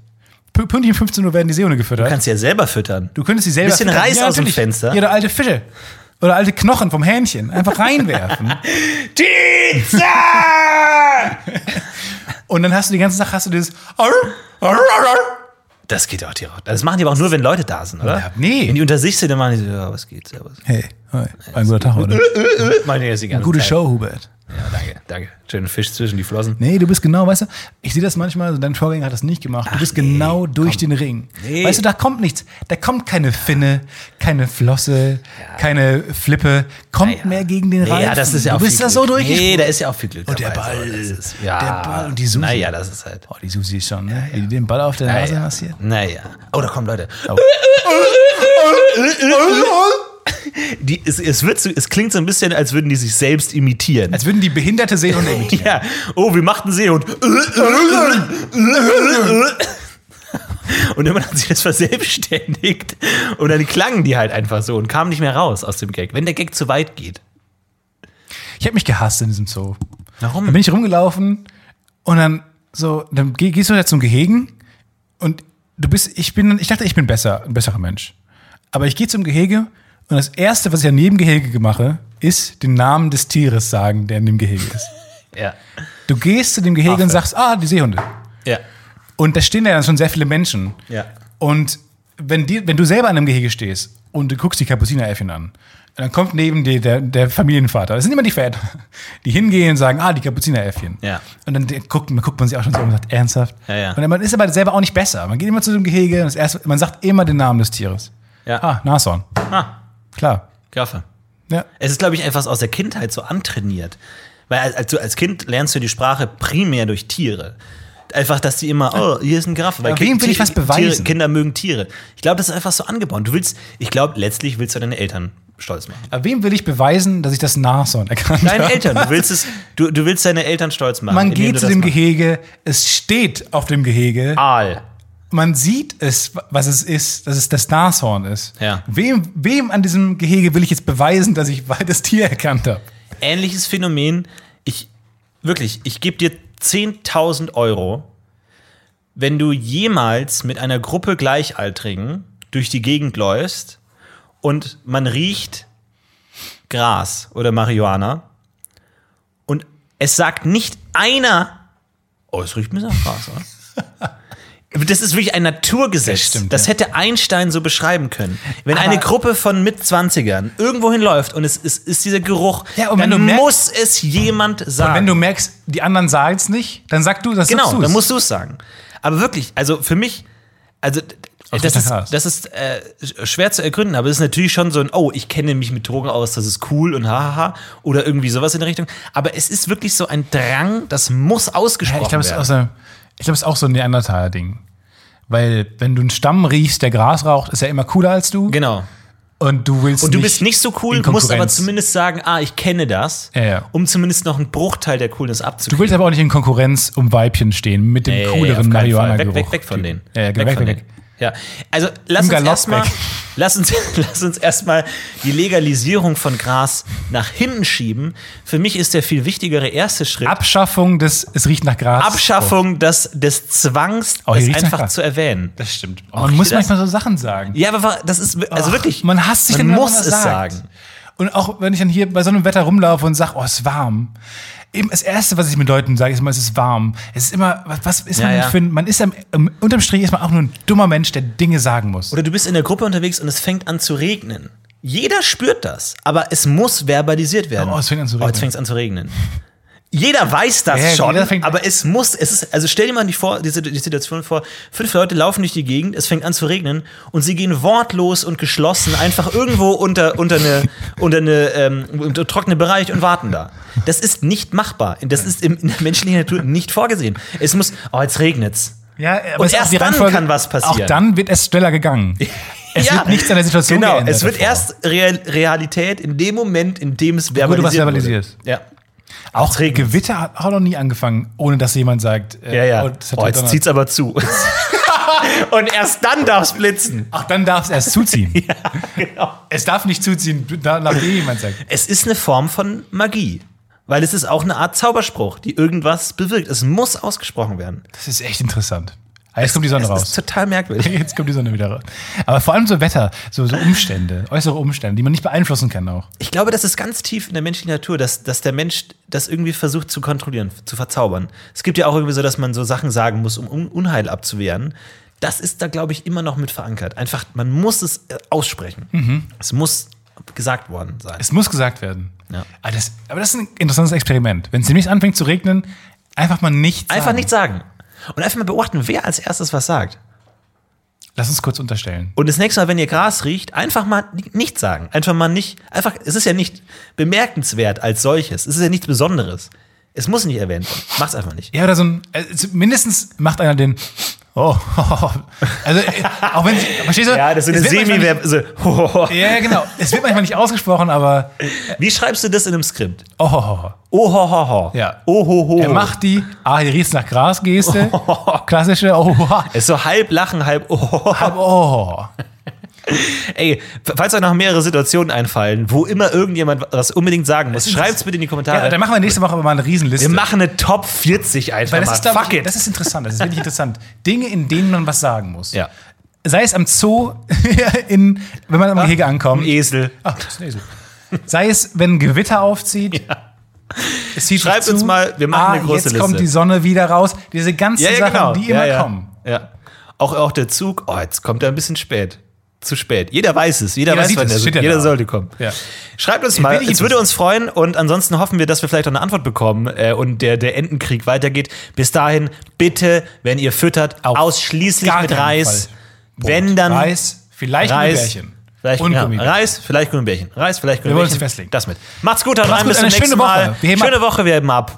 [SPEAKER 2] Pü- Pünktlich um 15 Uhr werden die Seehunde gefüttert.
[SPEAKER 3] Du kannst ja selber füttern.
[SPEAKER 2] Du könntest sie selber.
[SPEAKER 3] Bisschen
[SPEAKER 2] füttern.
[SPEAKER 3] Reis aus dem
[SPEAKER 2] natürlich.
[SPEAKER 3] Fenster.
[SPEAKER 2] Ja, oder alte Fische. Oder alte Knochen vom Hähnchen. Einfach reinwerfen. Und dann hast du die ganze Sache, hast du dieses. Arr, arr, arr, arr.
[SPEAKER 3] Das geht auch die Raute. Das machen die aber auch nur, wenn Leute da sind, oder?
[SPEAKER 2] Ja, nee.
[SPEAKER 3] Wenn die unter sich sind, dann machen die so, ja, was geht, servus.
[SPEAKER 2] Hey, hi. Ein guter Tag, oder?
[SPEAKER 3] Machen die das die ganze
[SPEAKER 2] Äh, Gute
[SPEAKER 3] Zeit.
[SPEAKER 2] Show, Hubert.
[SPEAKER 3] Ja, danke, danke. Schönen Fisch zwischen die Flossen.
[SPEAKER 2] Nee, du bist genau, weißt du, ich sehe das manchmal, also dein Vorgänger hat das nicht gemacht. Du bist genau durch den Ring.
[SPEAKER 3] Nee.
[SPEAKER 2] Weißt du, da kommt nichts. Da kommt keine Finne, keine Flosse, keine Flippe, kommt
[SPEAKER 3] Naja.
[SPEAKER 2] mehr gegen den
[SPEAKER 3] Nee,
[SPEAKER 2] Reifen.
[SPEAKER 3] Ja, das ist ja auch
[SPEAKER 2] du bist
[SPEAKER 3] viel
[SPEAKER 2] da so
[SPEAKER 3] Glück.
[SPEAKER 2] durch.
[SPEAKER 3] Nee, da ist ja auch viel Glück.
[SPEAKER 2] Und der
[SPEAKER 3] dabei.
[SPEAKER 2] Ball.
[SPEAKER 3] Also, das ist, ja.
[SPEAKER 2] Der Ball und die Susi.
[SPEAKER 3] Naja, das ist halt.
[SPEAKER 2] Oh, die Susi ist schon, ne? Wie die den Ball auf der Nase
[SPEAKER 3] Naja.
[SPEAKER 2] massiert.
[SPEAKER 3] naja. Oh, da kommen Leute. Die, es, es, wird so, es klingt so ein bisschen, als würden die sich selbst imitieren.
[SPEAKER 2] Als würden die behinderte Seehunde imitieren.
[SPEAKER 3] Ja. Oh, wir machten Seehund. Und irgendwann hat sich das verselbstständigt. Und dann klangen die halt einfach so und kamen nicht mehr raus aus dem Gag. Wenn der Gag zu weit geht.
[SPEAKER 2] Ich habe mich gehasst in diesem Zoo.
[SPEAKER 3] Warum?
[SPEAKER 2] Da bin ich rumgelaufen und dann so, dann geh- gehst du ja zum Gehegen und du bist, ich bin, ich dachte, ich bin besser, ein besserer Mensch. Aber ich gehe zum Gehege und das erste, was ich an jedem Gehege mache, ist den Namen des Tieres sagen, der in dem Gehege ist.
[SPEAKER 3] Ja.
[SPEAKER 2] Du gehst zu dem Gehege
[SPEAKER 3] Affe.
[SPEAKER 2] und sagst, ah, die Seehunde.
[SPEAKER 3] Ja.
[SPEAKER 2] Und da stehen ja dann schon sehr viele Menschen.
[SPEAKER 3] Ja.
[SPEAKER 2] Und wenn, die, wenn du selber in einem Gehege stehst und du guckst die Kapuzineräffchen an, dann kommt neben dir der, der Familienvater. Das sind immer die Väter, die hingehen und sagen, ah, die Kapuzineräffchen.
[SPEAKER 3] Ja.
[SPEAKER 2] Und dann guckt, man- guckt man sich auch schon so an und sagt, ernsthaft?
[SPEAKER 3] Ja, ja.
[SPEAKER 2] Und dann- man ist aber selber auch nicht besser. Man geht immer zu dem Gehege und das erste, man sagt immer den Namen des Tieres.
[SPEAKER 3] Ja.
[SPEAKER 2] Ah, Nashorn.
[SPEAKER 3] Ah,
[SPEAKER 2] Klar.
[SPEAKER 3] Gaffe.
[SPEAKER 2] Ja.
[SPEAKER 3] Es ist, glaube ich, etwas aus der Kindheit so antrainiert. Weil als, als, du- als Kind lernst du die Sprache primär durch Tiere. Einfach, dass die immer, oh, hier ist ein Giraffe. Weil
[SPEAKER 2] Aber wem will ich was
[SPEAKER 3] Tiere,
[SPEAKER 2] beweisen?
[SPEAKER 3] Kinder mögen Tiere. Ich glaube, das ist einfach so angebaut. Du willst, ich glaube, letztlich willst du deine Eltern stolz machen.
[SPEAKER 2] Aber wem will ich beweisen, dass ich das Nashorn erkannt
[SPEAKER 3] Deinen
[SPEAKER 2] habe?
[SPEAKER 3] Eltern. Du willst, es, du, du willst deine Eltern stolz machen.
[SPEAKER 2] Man
[SPEAKER 3] indem
[SPEAKER 2] geht
[SPEAKER 3] du
[SPEAKER 2] zu
[SPEAKER 3] das
[SPEAKER 2] dem
[SPEAKER 3] machst.
[SPEAKER 2] Gehege, es steht auf dem Gehege.
[SPEAKER 3] Aal.
[SPEAKER 2] man sieht es, was es ist, dass es das Nashorn ist.
[SPEAKER 3] Ja.
[SPEAKER 2] Wem, wem an diesem Gehege will ich jetzt beweisen, dass ich das Tier erkannt habe?
[SPEAKER 3] ähnliches Phänomen. Ich wirklich, ich gebe dir 10.000 Euro, wenn du jemals mit einer Gruppe Gleichaltrigen durch die Gegend läufst und man riecht Gras oder Marihuana und es sagt nicht einer, oh, es riecht ein bisschen nach Gras, oder? Das ist wirklich ein Naturgesetz. Das,
[SPEAKER 2] Das stimmt, ja.
[SPEAKER 3] hätte Einstein so beschreiben können. Wenn
[SPEAKER 2] Aber-
[SPEAKER 3] eine Gruppe von Mitzwanzigern irgendwo hinläuft und es ist, ist dieser Geruch,
[SPEAKER 2] Ja, und
[SPEAKER 3] dann
[SPEAKER 2] wenn du merkst-
[SPEAKER 3] muss es jemand sagen.
[SPEAKER 2] Wenn du merkst, die anderen sagen es nicht, dann sag du das
[SPEAKER 3] genau,
[SPEAKER 2] dazu.
[SPEAKER 3] dann musst du es sagen. Aber wirklich, also für mich, also d-
[SPEAKER 2] Aus
[SPEAKER 3] das
[SPEAKER 2] guter
[SPEAKER 3] ist,
[SPEAKER 2] Tat.
[SPEAKER 3] das ist äh, sch- schwer zu ergründen, aber es ist natürlich schon so ein, oh, ich kenne mich mit Drogen aus, das ist cool und hahaha oder irgendwie sowas in der Richtung. Aber es ist wirklich so ein Drang, das muss
[SPEAKER 2] ja,
[SPEAKER 3] ausgesprochen
[SPEAKER 2] ich glaube, es, ist
[SPEAKER 3] werden.
[SPEAKER 2] auch so- ich glaub, es ist auch so ein Neandertaler-Ding. Weil, wenn du einen Stamm riechst, der Gras raucht, ist er immer cooler als du.
[SPEAKER 3] genau.
[SPEAKER 2] Und du willst
[SPEAKER 3] Und du bist nicht so cool,
[SPEAKER 2] in
[SPEAKER 3] musst aber
[SPEAKER 2] Konkurrenz.
[SPEAKER 3] zumindest sagen, ah, ich kenne das,
[SPEAKER 2] Ja, ja.
[SPEAKER 3] um zumindest noch einen Bruchteil der Coolness
[SPEAKER 2] Du
[SPEAKER 3] abzukriegen.
[SPEAKER 2] willst aber auch nicht in Konkurrenz um Weibchen stehen mit dem
[SPEAKER 3] Nee, Äh, auf
[SPEAKER 2] cooleren
[SPEAKER 3] keinen
[SPEAKER 2] marihuana
[SPEAKER 3] Fall. Weg, weg, weg von denen.
[SPEAKER 2] Ja, genau, weg,
[SPEAKER 3] von
[SPEAKER 2] weg, weg.
[SPEAKER 3] denen. Ja, also lass uns
[SPEAKER 2] Galopp
[SPEAKER 3] erstmal
[SPEAKER 2] weg.
[SPEAKER 3] lass uns, lass uns erstmal die Legalisierung von Gras nach hinten schieben. Für mich ist der viel wichtigere erste Schritt
[SPEAKER 2] Abschaffung des, es riecht nach Gras.
[SPEAKER 3] Abschaffung des, des Zwangs,
[SPEAKER 2] Oh, hier
[SPEAKER 3] das
[SPEAKER 2] riecht's nach
[SPEAKER 3] einfach
[SPEAKER 2] Gras.
[SPEAKER 3] zu erwähnen. Das stimmt.
[SPEAKER 2] Oh, man muss manchmal so Sachen sagen.
[SPEAKER 3] Ja, aber wa- das ist wi- also
[SPEAKER 2] Ach,
[SPEAKER 3] wirklich.
[SPEAKER 2] Oh, Man hasst sich,
[SPEAKER 3] man
[SPEAKER 2] dann, wenn
[SPEAKER 3] muss
[SPEAKER 2] man
[SPEAKER 3] es
[SPEAKER 2] was sagt.
[SPEAKER 3] sagen.
[SPEAKER 2] Und auch wenn ich dann hier bei so einem Wetter rumlaufe und sage, oh, es ist warm. Eben das Erste, was ich mit Leuten sage, ist immer, es ist warm. Es ist immer, was, was ist
[SPEAKER 3] Ja,
[SPEAKER 2] man
[SPEAKER 3] ja.
[SPEAKER 2] denn für ein, man ist am, am, unterm Strich ist man auch nur ein dummer Mensch, der Dinge sagen muss.
[SPEAKER 3] Oder du bist in der Gruppe unterwegs und es fängt an zu regnen. Jeder spürt das, aber es muss verbalisiert werden.
[SPEAKER 2] Oh, es fängt an zu
[SPEAKER 3] Oh, jetzt
[SPEAKER 2] regnen.
[SPEAKER 3] fängt es an zu regnen. Jeder weiß das
[SPEAKER 2] Ja, ja,
[SPEAKER 3] schon,
[SPEAKER 2] jeder fängt-
[SPEAKER 3] aber es muss, es ist, also stell dir mal die, vor, die, Sit- die Situation vor, fünf Leute laufen durch die Gegend, es fängt an zu regnen und sie gehen wortlos und geschlossen einfach irgendwo unter, unter eine, unter eine ähm, unter trockene Bereich und warten da. Das ist nicht machbar. Das ist im, in der menschlichen Natur nicht vorgesehen. Es muss, oh, jetzt regnet's.
[SPEAKER 2] Ja,
[SPEAKER 3] Und
[SPEAKER 2] es ist auch
[SPEAKER 3] erst
[SPEAKER 2] die
[SPEAKER 3] dann
[SPEAKER 2] Reihenfolge-
[SPEAKER 3] kann was passieren.
[SPEAKER 2] Auch dann wird es schneller gegangen. Es
[SPEAKER 3] Ja,
[SPEAKER 2] wird nichts an der Situation
[SPEAKER 3] Genau,
[SPEAKER 2] geändert
[SPEAKER 3] es wird
[SPEAKER 2] davor.
[SPEAKER 3] erst Real Realität in dem Moment, in dem es verbalisiert
[SPEAKER 2] du was
[SPEAKER 3] verbalisiert.
[SPEAKER 2] verbalisierst.
[SPEAKER 3] Wurde. Ja.
[SPEAKER 2] Auch
[SPEAKER 3] regnet's.
[SPEAKER 2] Gewitter hat auch noch nie angefangen, ohne dass jemand sagt, äh,
[SPEAKER 3] Ja, ja.
[SPEAKER 2] oh, das hat
[SPEAKER 3] Oh, jetzt
[SPEAKER 2] gedonnert.
[SPEAKER 3] zieht's aber zu. Und erst dann darf's blitzen.
[SPEAKER 2] Ach, dann darf es erst zuziehen.
[SPEAKER 3] Genau.
[SPEAKER 2] Es darf nicht zuziehen, da- nachdem jemand sagt.
[SPEAKER 3] Es ist eine Form von Magie. Weil es ist auch eine Art Zauberspruch, die irgendwas bewirkt. Es muss ausgesprochen werden.
[SPEAKER 2] Das ist echt interessant. Ah, Jetzt kommt die Sonne
[SPEAKER 3] Das
[SPEAKER 2] raus.
[SPEAKER 3] ist total merkwürdig.
[SPEAKER 2] Jetzt kommt die Sonne wieder raus. Aber vor allem so Wetter, so, so Umstände, äußere Umstände, die man nicht beeinflussen kann auch.
[SPEAKER 3] Ich glaube, das ist ganz tief in der menschlichen Natur, dass, dass der Mensch das irgendwie versucht zu kontrollieren, zu verzaubern. Es gibt ja auch irgendwie so, dass man so Sachen sagen muss, um Un Unheil abzuwehren. Das ist da, glaube ich, immer noch mit verankert. Einfach, man muss es äh, aussprechen. Es muss gesagt worden sein.
[SPEAKER 2] Mhm. Es muss gesagt werden.
[SPEAKER 3] Ja.
[SPEAKER 2] Aber, das, aber das ist ein interessantes Experiment. Wenn es demnächst anfängt zu regnen, einfach mal nichts
[SPEAKER 3] einfach
[SPEAKER 2] sagen.
[SPEAKER 3] nicht sagen. Und einfach mal beobachten, wer als erstes was sagt.
[SPEAKER 2] Lass uns kurz unterstellen.
[SPEAKER 3] Und das nächste Mal, wenn ihr Gras riecht, einfach mal ni- nichts sagen. Einfach mal nicht, einfach, es ist ja nicht bemerkenswert als solches. Es ist ja nichts Besonderes. Es muss nicht erwähnt werden. Macht's einfach nicht.
[SPEAKER 2] Ja, oder so ein, äh, mindestens macht einer den, oh, also äh, auch wenn, verstehst du?
[SPEAKER 3] Ja, das ist
[SPEAKER 2] Es wird
[SPEAKER 3] eine
[SPEAKER 2] manchmal
[SPEAKER 3] Semi-Verb. So, hohoho.
[SPEAKER 2] nicht- Ja, ja, genau. Es wird manchmal nicht ausgesprochen, aber
[SPEAKER 3] Wie schreibst du das in einem Skript?
[SPEAKER 2] oh, oh, oh.
[SPEAKER 3] Ohohoho.
[SPEAKER 2] Ja.
[SPEAKER 3] Ohoho.
[SPEAKER 2] Er macht die, ah, hier riecht's nach Gras-Geste. Klassische, oh, oh,
[SPEAKER 3] Es ist so halb lachen, halb ohoho.
[SPEAKER 2] oh.
[SPEAKER 3] Ey, falls euch noch mehrere Situationen einfallen, wo immer irgendjemand was unbedingt sagen muss, schreibt's bitte in die Kommentare.
[SPEAKER 2] Ja, dann machen wir nächste Woche aber mal eine Riesenliste.
[SPEAKER 3] wir machen eine Top 40 einfach
[SPEAKER 2] Weil das
[SPEAKER 3] mal.
[SPEAKER 2] ist, glaub
[SPEAKER 3] Fuck
[SPEAKER 2] ich,
[SPEAKER 3] it.
[SPEAKER 2] das ist interessant, das ist wirklich interessant. Dinge, in denen man was sagen muss.
[SPEAKER 3] ja.
[SPEAKER 2] Sei es am Zoo, in, wenn man am
[SPEAKER 3] Ah.
[SPEAKER 2] Gehege ankommt.
[SPEAKER 3] Ein Esel.
[SPEAKER 2] Ah, das ist ein Esel. Sei es, wenn ein Gewitter aufzieht. Es zieht
[SPEAKER 3] Schreibt
[SPEAKER 2] sich
[SPEAKER 3] uns
[SPEAKER 2] zu.
[SPEAKER 3] mal, wir machen
[SPEAKER 2] ah,
[SPEAKER 3] eine große
[SPEAKER 2] jetzt kommt
[SPEAKER 3] Liste.
[SPEAKER 2] die Sonne wieder raus. Diese ganzen Sachen, die immer
[SPEAKER 3] ja, ja.
[SPEAKER 2] kommen.
[SPEAKER 3] Ja. Auch, auch der Zug, oh, jetzt kommt er ein bisschen spät. Zu spät. Jeder weiß es. Jeder,
[SPEAKER 2] Jeder
[SPEAKER 3] weiß,
[SPEAKER 2] sieht
[SPEAKER 3] wann
[SPEAKER 2] es,
[SPEAKER 3] der
[SPEAKER 2] steht
[SPEAKER 3] Zug-
[SPEAKER 2] ja
[SPEAKER 3] Jeder
[SPEAKER 2] da.
[SPEAKER 3] sollte kommen.
[SPEAKER 2] Ja.
[SPEAKER 3] Schreibt uns mal,
[SPEAKER 2] will ich
[SPEAKER 3] es
[SPEAKER 2] jetzt
[SPEAKER 3] würde uns freuen und ansonsten hoffen wir, dass wir vielleicht noch eine Antwort bekommen äh, und der, der Entenkrieg weitergeht. Bis dahin, bitte, wenn ihr füttert,
[SPEAKER 2] Auf
[SPEAKER 3] ausschließlich
[SPEAKER 2] gar
[SPEAKER 3] mit
[SPEAKER 2] keinen
[SPEAKER 3] Reis.
[SPEAKER 2] Fall.
[SPEAKER 3] Wenn dann
[SPEAKER 2] Reis, vielleicht
[SPEAKER 3] Reis,
[SPEAKER 2] Gummibärchen.
[SPEAKER 3] Vielleicht,
[SPEAKER 2] Und
[SPEAKER 3] ja,
[SPEAKER 2] Gummibärchen.
[SPEAKER 3] Reis, vielleicht Gummibärchen. Reis, vielleicht Gummibärchen.
[SPEAKER 2] wollen uns nicht festlegen.
[SPEAKER 3] Das mit. Macht's gut, haut rein,
[SPEAKER 2] gut,
[SPEAKER 3] bis zum
[SPEAKER 2] eine
[SPEAKER 3] nächsten
[SPEAKER 2] schöne Woche.
[SPEAKER 3] Mal.
[SPEAKER 2] Wir heben
[SPEAKER 3] schöne Woche, wir heben ab.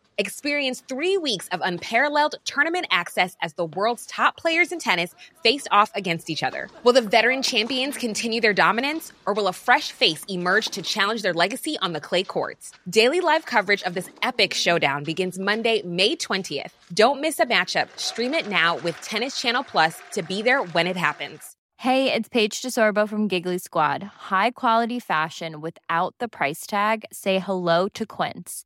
[SPEAKER 5] Experience three weeks of unparalleled tournament access as the world's top players in tennis face off against each other. Will the veteran champions continue their dominance, or will a fresh face emerge to challenge their legacy on the clay courts? Daily live coverage of this epic showdown begins Monday, May 20th. Don't miss a matchup. Stream it now with Tennis Channel Plus to be there when it happens.
[SPEAKER 6] Hey, it's Paige DeSorbo from Giggly Squad. High quality fashion without the price tag. Say hello to Quince.